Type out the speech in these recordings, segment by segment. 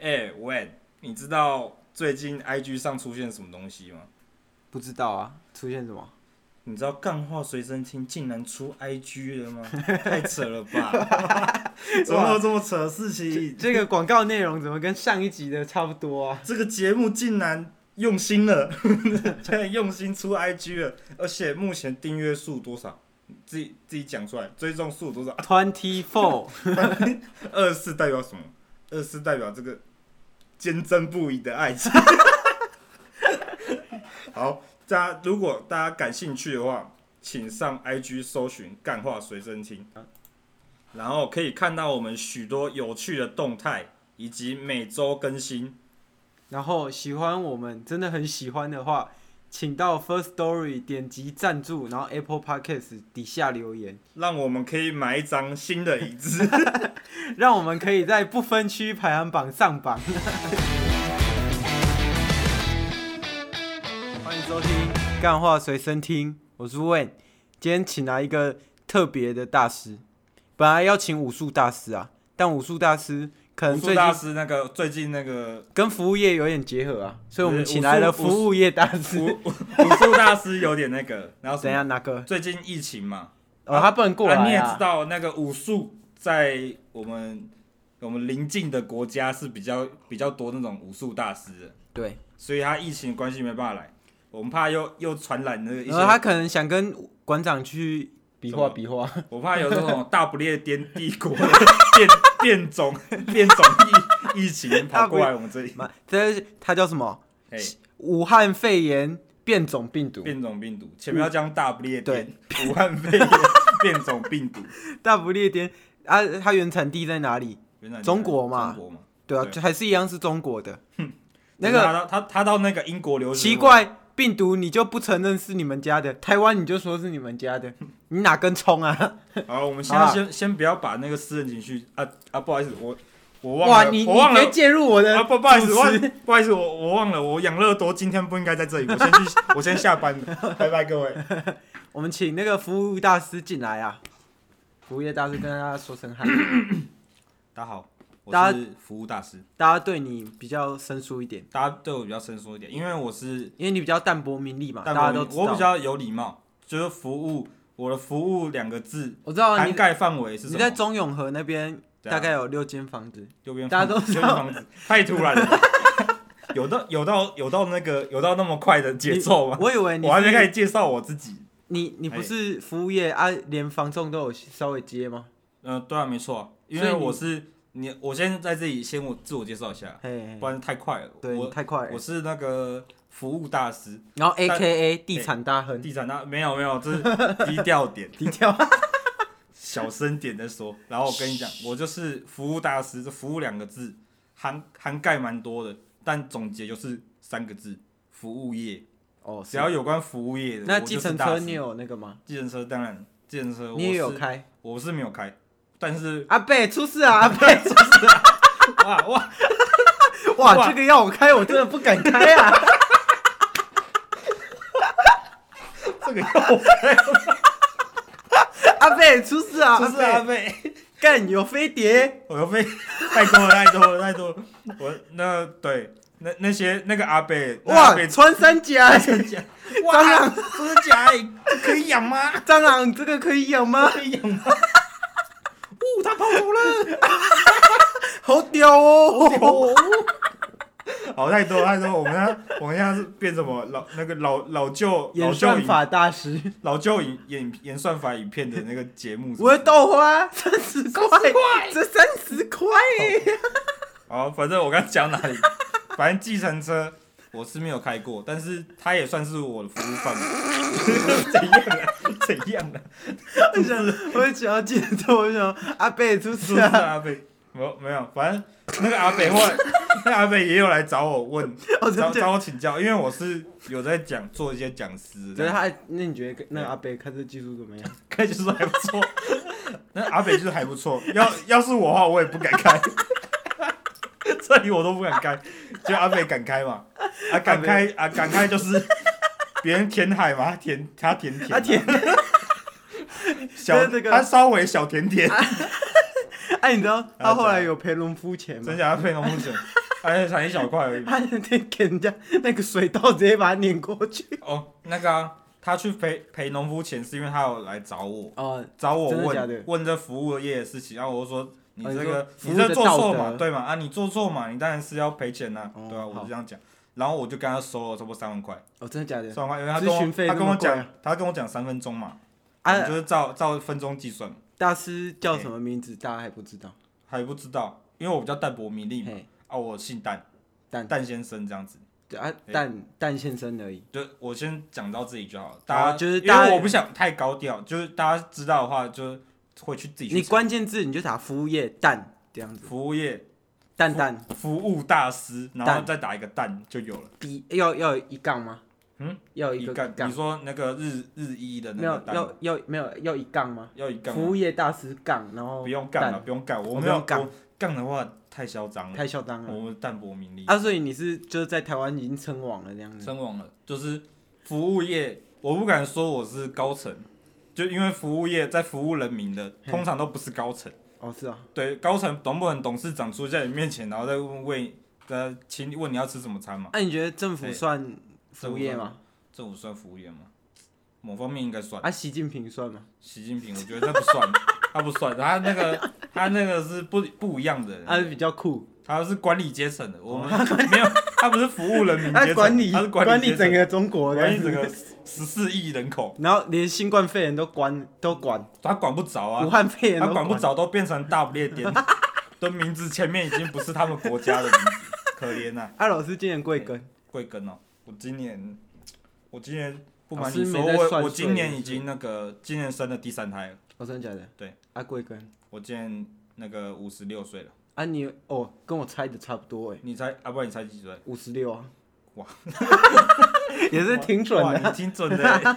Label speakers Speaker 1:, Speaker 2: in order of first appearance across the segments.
Speaker 1: 哎、w e d 你知道最近 IG 上出现什么东西吗？
Speaker 2: 不知道啊，出现什么？
Speaker 1: 你知道干话随身听竟然出 IG 了吗？太扯了吧！怎么会有这么扯的事情？
Speaker 2: 这个广告内容怎么跟上一集的差不 多啊？
Speaker 1: 这个节目竟然用心了， 竟然用心出 IG 了，而且目前订阅数多少？你自己自己讲出来，追踪数多少？
Speaker 2: Twenty Four，
Speaker 1: 二十四代表什么？二十四代表这个坚贞不移的爱 情。好，大家如果大家感兴趣的话，请上 IG 搜寻“干话随身听”，然后可以看到我们许多有趣的动态，以及每周更新。
Speaker 2: 然后喜欢我们，真的很喜欢的话，请到 First Story 点击赞助，然后 Apple Podcast 底下留言，
Speaker 1: 让我们可以买一张新的椅 子。
Speaker 2: 让我们可以在不分区排行榜上榜。 欢迎收听《干话随身听》，我是 Wen，今天请来一个特别的大师，本来要请武术大师啊，但武术大师可能
Speaker 1: 武术
Speaker 2: 最
Speaker 1: 大
Speaker 2: 近
Speaker 1: 师那个最近那个
Speaker 2: 跟服务业有点结合啊，所以我们
Speaker 1: 对
Speaker 2: 请来了
Speaker 1: 武术
Speaker 2: 服务业大
Speaker 1: 武
Speaker 2: 师。
Speaker 1: 武武术大师有点那个，然后什
Speaker 2: 怎
Speaker 1: 么
Speaker 2: 样，哪个？
Speaker 1: 最近疫情嘛，
Speaker 2: 哦，他不能过来
Speaker 1: 啊。你也
Speaker 2: 啊
Speaker 1: 知道，那个武术在我们我们邻近的国家是比较比较多那种武术大师的，
Speaker 2: 对，
Speaker 1: 所以他疫情的关系没办法来，我们怕又又传染那个一
Speaker 2: 然后他
Speaker 1: 些，
Speaker 2: 可能想跟馆长去比
Speaker 1: 什么
Speaker 2: 划比划。
Speaker 1: 我怕有那种大不列颠帝国的 变变种变种疫疫情跑过来我们这里，
Speaker 2: 妈， 这他叫什么？
Speaker 1: 嘿，
Speaker 2: 武汉肺炎变种病毒，
Speaker 1: 变种病毒，前面要讲大不列
Speaker 2: 对
Speaker 1: 颠，武汉肺炎变种病毒，
Speaker 2: 大不列颠啊！它原产地在哪里？
Speaker 1: 原来你
Speaker 2: 中国嘛
Speaker 1: 中国嘛，
Speaker 2: 对啊，
Speaker 1: 对
Speaker 2: 就还是一样是中国的。那
Speaker 1: 可是他
Speaker 2: 个
Speaker 1: 到他他到那个英国留学，
Speaker 2: 奇，怪病毒，你就不承认是你们家的，台湾你就说是你们家 的，你哪根葱啊？
Speaker 1: 好，我们现在先、先不要把那个私人情绪啊啊，不好意思，我我忘了，
Speaker 2: 哇，你你
Speaker 1: 我忘
Speaker 2: 别
Speaker 1: 了。
Speaker 2: 介入我的
Speaker 1: 啊不不好意思，
Speaker 2: 主
Speaker 1: 我
Speaker 2: 持
Speaker 1: 不好意思，我我忘了，我养乐多今天不应该在这里，我先去， 我先下班了，拜拜各位。
Speaker 2: 我们请那个服务大师进来啊，服务业大师跟大家说声 嗨，
Speaker 1: 大家好，我
Speaker 2: 大
Speaker 1: 是服务大师，
Speaker 2: 大家对你比较生疏一点，
Speaker 1: 大家对我比较生疏一点，因为我是
Speaker 2: 因为你比较淡泊名利嘛，
Speaker 1: 但
Speaker 2: 啊大家
Speaker 1: 我
Speaker 2: 都知道。
Speaker 1: 我比较有礼貌，就是服务，我的服务两个字
Speaker 2: 我知道啊
Speaker 1: 涵
Speaker 2: 你
Speaker 1: 盖范围是什
Speaker 2: 你
Speaker 1: 么？
Speaker 2: 在中永和那边
Speaker 1: 对啊
Speaker 2: 大概有六间房子，
Speaker 1: 右边
Speaker 2: 大家
Speaker 1: 房
Speaker 2: 都知
Speaker 1: 右边
Speaker 2: 道
Speaker 1: 房子太突然了， 有到有到有到那个有到那么快的节奏吗？
Speaker 2: 我以为你
Speaker 1: 我还没开
Speaker 2: 是
Speaker 1: 始介绍我自己。
Speaker 2: 你你不是服务业啊，连房仲都有稍微接吗？
Speaker 1: 嗯、对啊，没错啊，因
Speaker 2: 所
Speaker 1: 为
Speaker 2: 以你
Speaker 1: 我是你，我先在这里先我自我介绍一下，
Speaker 2: 嘿，嘿
Speaker 1: 不然太快了。
Speaker 2: 对，你
Speaker 1: 我
Speaker 2: 太快了
Speaker 1: 我。是那个服务大师，
Speaker 2: 然后 A
Speaker 1: 但哎
Speaker 2: K A 地产大亨，
Speaker 1: 地产大没有没有，这是低调点，
Speaker 2: 低调。
Speaker 1: 小声点的说。然后我跟你讲，我就是服务大师，这服务两个字涵涵盖蛮多的，但总结就是三个字：服务业。
Speaker 2: 哦，是
Speaker 1: 只要有关服务业的，
Speaker 2: 那
Speaker 1: 我就
Speaker 2: 计
Speaker 1: 是
Speaker 2: 程
Speaker 1: 大
Speaker 2: 车
Speaker 1: 师
Speaker 2: 你有那个吗？
Speaker 1: 计程车当然，计程车我
Speaker 2: 你也有
Speaker 1: 是
Speaker 2: 开？
Speaker 1: 我是没有开，但是
Speaker 2: 阿贝出事啊！阿贝出事啊！
Speaker 1: 哇哇。
Speaker 2: 哇，
Speaker 1: 哇
Speaker 2: 这个要我开，我真的不敢开啊！
Speaker 1: 这个又飞，
Speaker 2: 阿贝出事啊！
Speaker 1: 就是
Speaker 2: 阿
Speaker 1: 阿
Speaker 2: 贝
Speaker 1: 贝，
Speaker 2: 干有飞碟，
Speaker 1: 我又飞，太多了，太多了，太多了。我那对那那些那个阿贝，那阿
Speaker 2: 哇，
Speaker 1: 贝
Speaker 2: 穿山甲，
Speaker 1: 假，
Speaker 2: 蟑螂，
Speaker 1: 真的假的？这可以养吗？
Speaker 2: 蟑螂这个可以养吗？
Speaker 1: 可以养 吗？哦，他跑走 了。
Speaker 2: 好屌哦！
Speaker 1: 哦，好，太多了太多了，我们要我们现在是变什么老那个老老旧老
Speaker 2: 演
Speaker 1: 旧
Speaker 2: 算
Speaker 1: 影
Speaker 2: 法大师，
Speaker 1: 老旧影演演算法影片的那个节目。
Speaker 2: 我的豆 花三十块，这三十块耶，
Speaker 1: 好，反正我刚讲哪里， 反正计程车我是没有开过，但是它也算是我的服务范围。 怎样啊？怎样啊？
Speaker 2: 我想，我想要接着，我想阿贝出
Speaker 1: 是
Speaker 2: 事
Speaker 1: 不是
Speaker 2: 啊！
Speaker 1: 阿北？没有没有，反正那个阿北后来， 那个阿北也有来找我问，
Speaker 2: 哦，真
Speaker 1: 找
Speaker 2: 的假的
Speaker 1: 找我请教，因为我是有在讲做一些讲师的
Speaker 2: 觉得，他，那你觉得那阿贝看这技术怎么样？
Speaker 1: 开就是还不错。 那阿北就是还不错，要要是我的话，我也不敢开。 这里我都不敢开，就阿北敢开嘛，啊敢开啊敢开就是别人填海嘛，他填他填
Speaker 2: 阿
Speaker 1: 填
Speaker 2: 田，
Speaker 1: 小
Speaker 2: 跟那个
Speaker 1: 他稍微小甜甜，
Speaker 2: 哎，你知道他后来有赔农夫钱吗
Speaker 1: 真？假的费农夫犬，还是才一小块而已。
Speaker 2: 他得给人家那个水稻直接把它碾过去。
Speaker 1: 哦，那个啊，他去陪陪农夫钱，是因为他有来找我，
Speaker 2: 哦，
Speaker 1: 找我
Speaker 2: 真的假的
Speaker 1: 问问这服务业的事情，然、后我就说你
Speaker 2: 哦你
Speaker 1: 这
Speaker 2: 说
Speaker 1: 个、
Speaker 2: 服务
Speaker 1: 你这
Speaker 2: 的
Speaker 1: 做
Speaker 2: 道
Speaker 1: 错
Speaker 2: 德
Speaker 1: 嘛，对嘛啊，你做错嘛，你当然是要赔钱呐、
Speaker 2: 哦
Speaker 1: 对啊，我
Speaker 2: 好
Speaker 1: 就这样讲。然后我就跟他收了差不多三万块，
Speaker 2: 哦，真的假的？
Speaker 1: 三万块，因为他
Speaker 2: 咨
Speaker 1: 跟
Speaker 2: 询
Speaker 1: 我
Speaker 2: 费
Speaker 1: 他
Speaker 2: 那
Speaker 1: 跟我
Speaker 2: 么贵
Speaker 1: 讲，他跟我讲三分钟嘛，我们
Speaker 2: 啊，
Speaker 1: 就是照照分钟计算，
Speaker 2: 大师叫什么名字？大家还不知道。
Speaker 1: 还不知道，因为我比较淡泊名利嘛，
Speaker 2: 嘿，
Speaker 1: 啊，我姓蛋，
Speaker 2: 蛋
Speaker 1: 蛋先生这样子，
Speaker 2: 对啊，
Speaker 1: 嘿
Speaker 2: 蛋蛋先生而已。
Speaker 1: 就我先讲到自己就好了，大家、
Speaker 2: 哦就是
Speaker 1: 因
Speaker 2: 大家
Speaker 1: 为我不想太高调，就是大家知道的话，就是会去自己
Speaker 2: 你
Speaker 1: 去
Speaker 2: 关键字你就打服务业蛋这样子，
Speaker 1: 服务业
Speaker 2: 蛋蛋
Speaker 1: 服务大师，然后
Speaker 2: 蛋
Speaker 1: 再打一个蛋就有了。
Speaker 2: 比要要有一杠吗？
Speaker 1: 嗯，
Speaker 2: 要有
Speaker 1: 一
Speaker 2: 哦一个
Speaker 1: 杠，你说那个日日一的那
Speaker 2: 没
Speaker 1: 个
Speaker 2: 有
Speaker 1: 蛋，
Speaker 2: 要要没有要一杠吗？
Speaker 1: 要一杠
Speaker 2: 服
Speaker 1: 吗，
Speaker 2: 务业大师杠，然后
Speaker 1: 不用杠了，不用杠，
Speaker 2: 我
Speaker 1: 我
Speaker 2: 不
Speaker 1: 没
Speaker 2: 用
Speaker 1: 有
Speaker 2: 杠
Speaker 1: 我杠的话太嚣张了，
Speaker 2: 太嚣张了
Speaker 1: 我们淡泊名利，
Speaker 2: 啊啊！所以你是就是在台湾已经称王了这样子，
Speaker 1: 称王了，就是啊服务业，我不敢说我是高层，就因为服务业在服务人民的，
Speaker 2: 嘿
Speaker 1: 通常都不是高层。
Speaker 2: 哦是啊，
Speaker 1: 对，高层懂不能董事长出现在你面前，然后再问问呃，请问你要吃什么餐嘛？
Speaker 2: 那、啊你觉得政府
Speaker 1: 啊对
Speaker 2: 算服务业吗？
Speaker 1: 这我算服务业吗？某方面应该算。
Speaker 2: 啊，习近平算吗？
Speaker 1: 习近平，我觉得他不算，他不算，他那个他那个是不不一样的
Speaker 2: 啊，哦
Speaker 1: 人，
Speaker 2: 比较酷，
Speaker 1: 他是管理阶层的，我们没有，他不是服务人民阶
Speaker 2: 啊，
Speaker 1: 层，
Speaker 2: 管理
Speaker 1: 他是
Speaker 2: 管
Speaker 1: 理阶
Speaker 2: 理
Speaker 1: 层
Speaker 2: 整个中国
Speaker 1: 管
Speaker 2: 的
Speaker 1: 理整个十四亿人口，
Speaker 2: 然后连新冠肺炎都管都管，
Speaker 1: 他管不着啊
Speaker 2: 武，汉肺炎
Speaker 1: 他
Speaker 2: 都
Speaker 1: 管不着，都变成大不列颠的名字前面已经不是他们国家的名字， 可怜呐、
Speaker 2: 啊，老师今年贵庚？
Speaker 1: 贵庚哦，我今年，我今年不瞒
Speaker 2: 老师
Speaker 1: 你说，
Speaker 2: 没在
Speaker 1: 我
Speaker 2: 算
Speaker 1: 我
Speaker 2: 岁
Speaker 1: 今年
Speaker 2: 是
Speaker 1: 已
Speaker 2: 不是
Speaker 1: 经那个，今年生了第三胎了，
Speaker 2: 哦，真的假的？
Speaker 1: 对，
Speaker 2: 啊，贵庚？
Speaker 1: 我今年那个五十六岁了。
Speaker 2: 啊你，哦，跟我猜的差不多哎，
Speaker 1: 你猜，啊，不然你猜几岁？
Speaker 2: 五十六啊，
Speaker 1: 哇，
Speaker 2: 也是挺准
Speaker 1: 哇
Speaker 2: 的。
Speaker 1: 你挺准的 欸，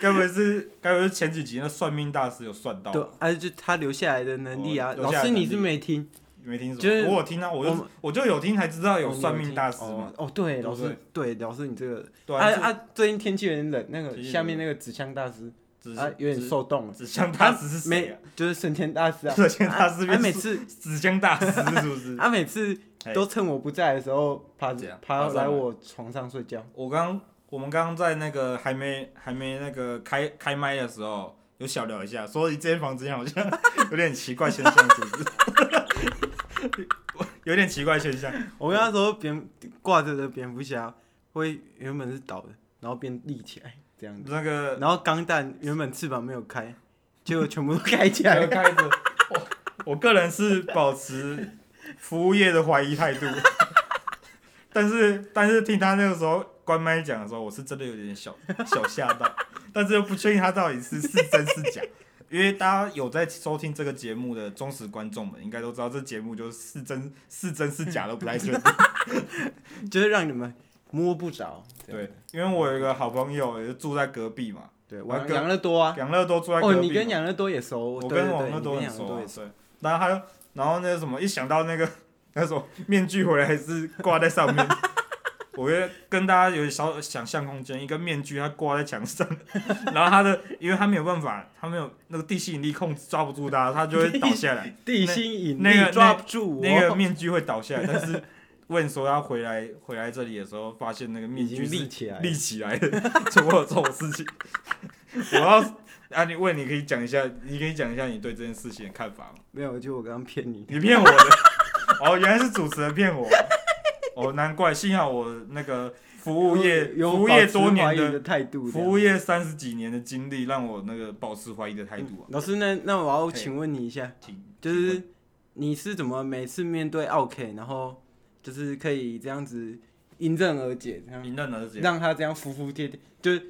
Speaker 1: 该不会是该不会是前几集那算命大师有算到？
Speaker 2: 对，啊，就他留下来的能力啊，
Speaker 1: 哦留
Speaker 2: 老
Speaker 1: 下来的
Speaker 2: 师
Speaker 1: 能力
Speaker 2: 你是没听
Speaker 1: 没听什
Speaker 2: 就
Speaker 1: 么？
Speaker 2: 是
Speaker 1: 我有听到，我
Speaker 2: 我
Speaker 1: 就
Speaker 2: 们
Speaker 1: 我就有听才知道有
Speaker 2: 哦你
Speaker 1: 算命大师
Speaker 2: 听
Speaker 1: 嘛。
Speaker 2: 哦，哦对，
Speaker 1: 对不
Speaker 2: 老师对，老师你这个
Speaker 1: 对
Speaker 2: 啊
Speaker 1: 啊，
Speaker 2: 啊，最近天气有点冷，那
Speaker 1: 天
Speaker 2: 个
Speaker 1: 气
Speaker 2: 下面那个纸箱大师
Speaker 1: 指
Speaker 2: 啊有点
Speaker 1: 指
Speaker 2: 受冻了，
Speaker 1: 指向大师是谁
Speaker 2: 没
Speaker 1: 啊？
Speaker 2: 就是神田大师啊，
Speaker 1: 指向大师
Speaker 2: 啊
Speaker 1: 变
Speaker 2: 每
Speaker 1: 指
Speaker 2: 次
Speaker 1: 指向大师是不是？
Speaker 2: 他每次都趁我不在的时候爬
Speaker 1: 怎样
Speaker 2: 爬
Speaker 1: 爬上
Speaker 2: 来
Speaker 1: 来
Speaker 2: 我床上睡觉。
Speaker 1: 我刚我们刚刚在那个还没还没那个开开麦的时候，有小聊一下，说这间房间好像有点奇怪现象，是不是？ 有点奇怪现象，
Speaker 2: 我跟他说蝙挂着的蝙蝠侠会原本是倒的，然后变立起来这样子，
Speaker 1: 那个
Speaker 2: 然后钢弹原本翅膀没有开，结果全部都开 起来
Speaker 1: 就
Speaker 2: 了。
Speaker 1: 开着，我我个人是保持服务业的怀疑态度，但是但是听他那个时候关麦讲的时候，我是真的有点小小吓到，但是又不确定他到底是是真是假。因为大家有在收听这个节目的忠实观众们，应该都知道这节目就是是真是真是假都不太确定。
Speaker 2: 就是让你们摸不着。
Speaker 1: 对，因为我有一个好朋友也是住在隔壁嘛，
Speaker 2: 对，
Speaker 1: 我
Speaker 2: 我
Speaker 1: 跟
Speaker 2: 养乐多啊，
Speaker 1: 养乐多住在隔
Speaker 2: 哦，
Speaker 1: 壁嘛。
Speaker 2: 你跟养乐多也熟，
Speaker 1: 我
Speaker 2: 对
Speaker 1: 跟
Speaker 2: 对
Speaker 1: 王乐
Speaker 2: 对，你跟
Speaker 1: 多很
Speaker 2: 养乐
Speaker 1: 熟
Speaker 2: 多
Speaker 1: 啊
Speaker 2: 也，熟。
Speaker 1: 对。然后他就，然后那个什么，一想到那个 那种面具回来是挂在上面， 我觉得跟大家有小想象空间，一个面具它挂在墙上， 然后他的，因为他没有办法，他没有那个地心引力控制抓不住他，他就会倒下来，
Speaker 2: 地心引
Speaker 1: 那
Speaker 2: 力
Speaker 1: 个
Speaker 2: 抓不住
Speaker 1: 那个
Speaker 2: 我，
Speaker 1: 面具会倒下来。但是问说他回来回来这里的时候，发现那个面
Speaker 2: 已经
Speaker 1: 具是
Speaker 2: 立起来了。
Speaker 1: 立起来的， 怎么有这种事情？ 我要啊，你问你可以讲一下，你可以讲一下你对这件事情的看法吗？
Speaker 2: 没有，就我刚刚骗你。
Speaker 1: 你骗我的？哦，原来是主持人骗我。哦，难怪，幸好我那个服务业
Speaker 2: 有
Speaker 1: 服务业
Speaker 2: 保持
Speaker 1: 多
Speaker 2: 怀
Speaker 1: 年
Speaker 2: 疑
Speaker 1: 的
Speaker 2: 的态度这样，
Speaker 1: 服务业三十几年的经历，让我那个保持怀疑的态度啊。
Speaker 2: 老师，那那我要
Speaker 1: 嘿
Speaker 2: 请问你一下，
Speaker 1: 请
Speaker 2: 嗯就是你是怎么每次面对 OK，然后就是可以这样子迎刃而解，这样
Speaker 1: 您的儿子
Speaker 2: 让他这样服服帖帖，就是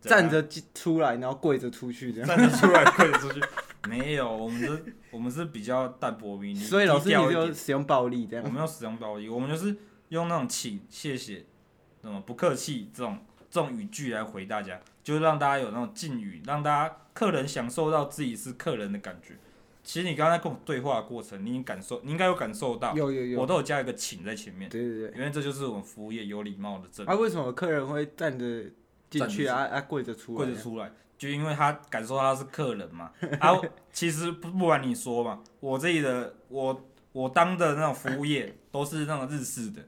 Speaker 2: 站着进出来，然后跪着出去这样。
Speaker 1: 站着出来，跪着出去。没有，我们是，我们是比较淡泊名利，
Speaker 2: 所以老师
Speaker 1: 低
Speaker 2: 你
Speaker 1: 调一
Speaker 2: 就
Speaker 1: 点
Speaker 2: 使用暴力这
Speaker 1: 我
Speaker 2: 样。
Speaker 1: 们要使用暴力，我们就是用那种请、谢谢、什么不客气这种这种语句来回大家，就是让大家有那种敬语，让大家客人享受到自己是客人的感觉。其实你刚才跟我对话的过程，你已经感受，你应该有感受到，
Speaker 2: 有有有
Speaker 1: 我，都有加一个请在前面，
Speaker 2: 对对对。
Speaker 1: 因为这就是我们服务业有礼貌嗯的证明。
Speaker 2: 啊，为什么客人会站着进去啊啊跪着出来？
Speaker 1: 跪着出来，就因为他感受到他是客人嘛。啊，其实不不瞒你说嘛，我自己的我。我当的那种服务业都是那种日式的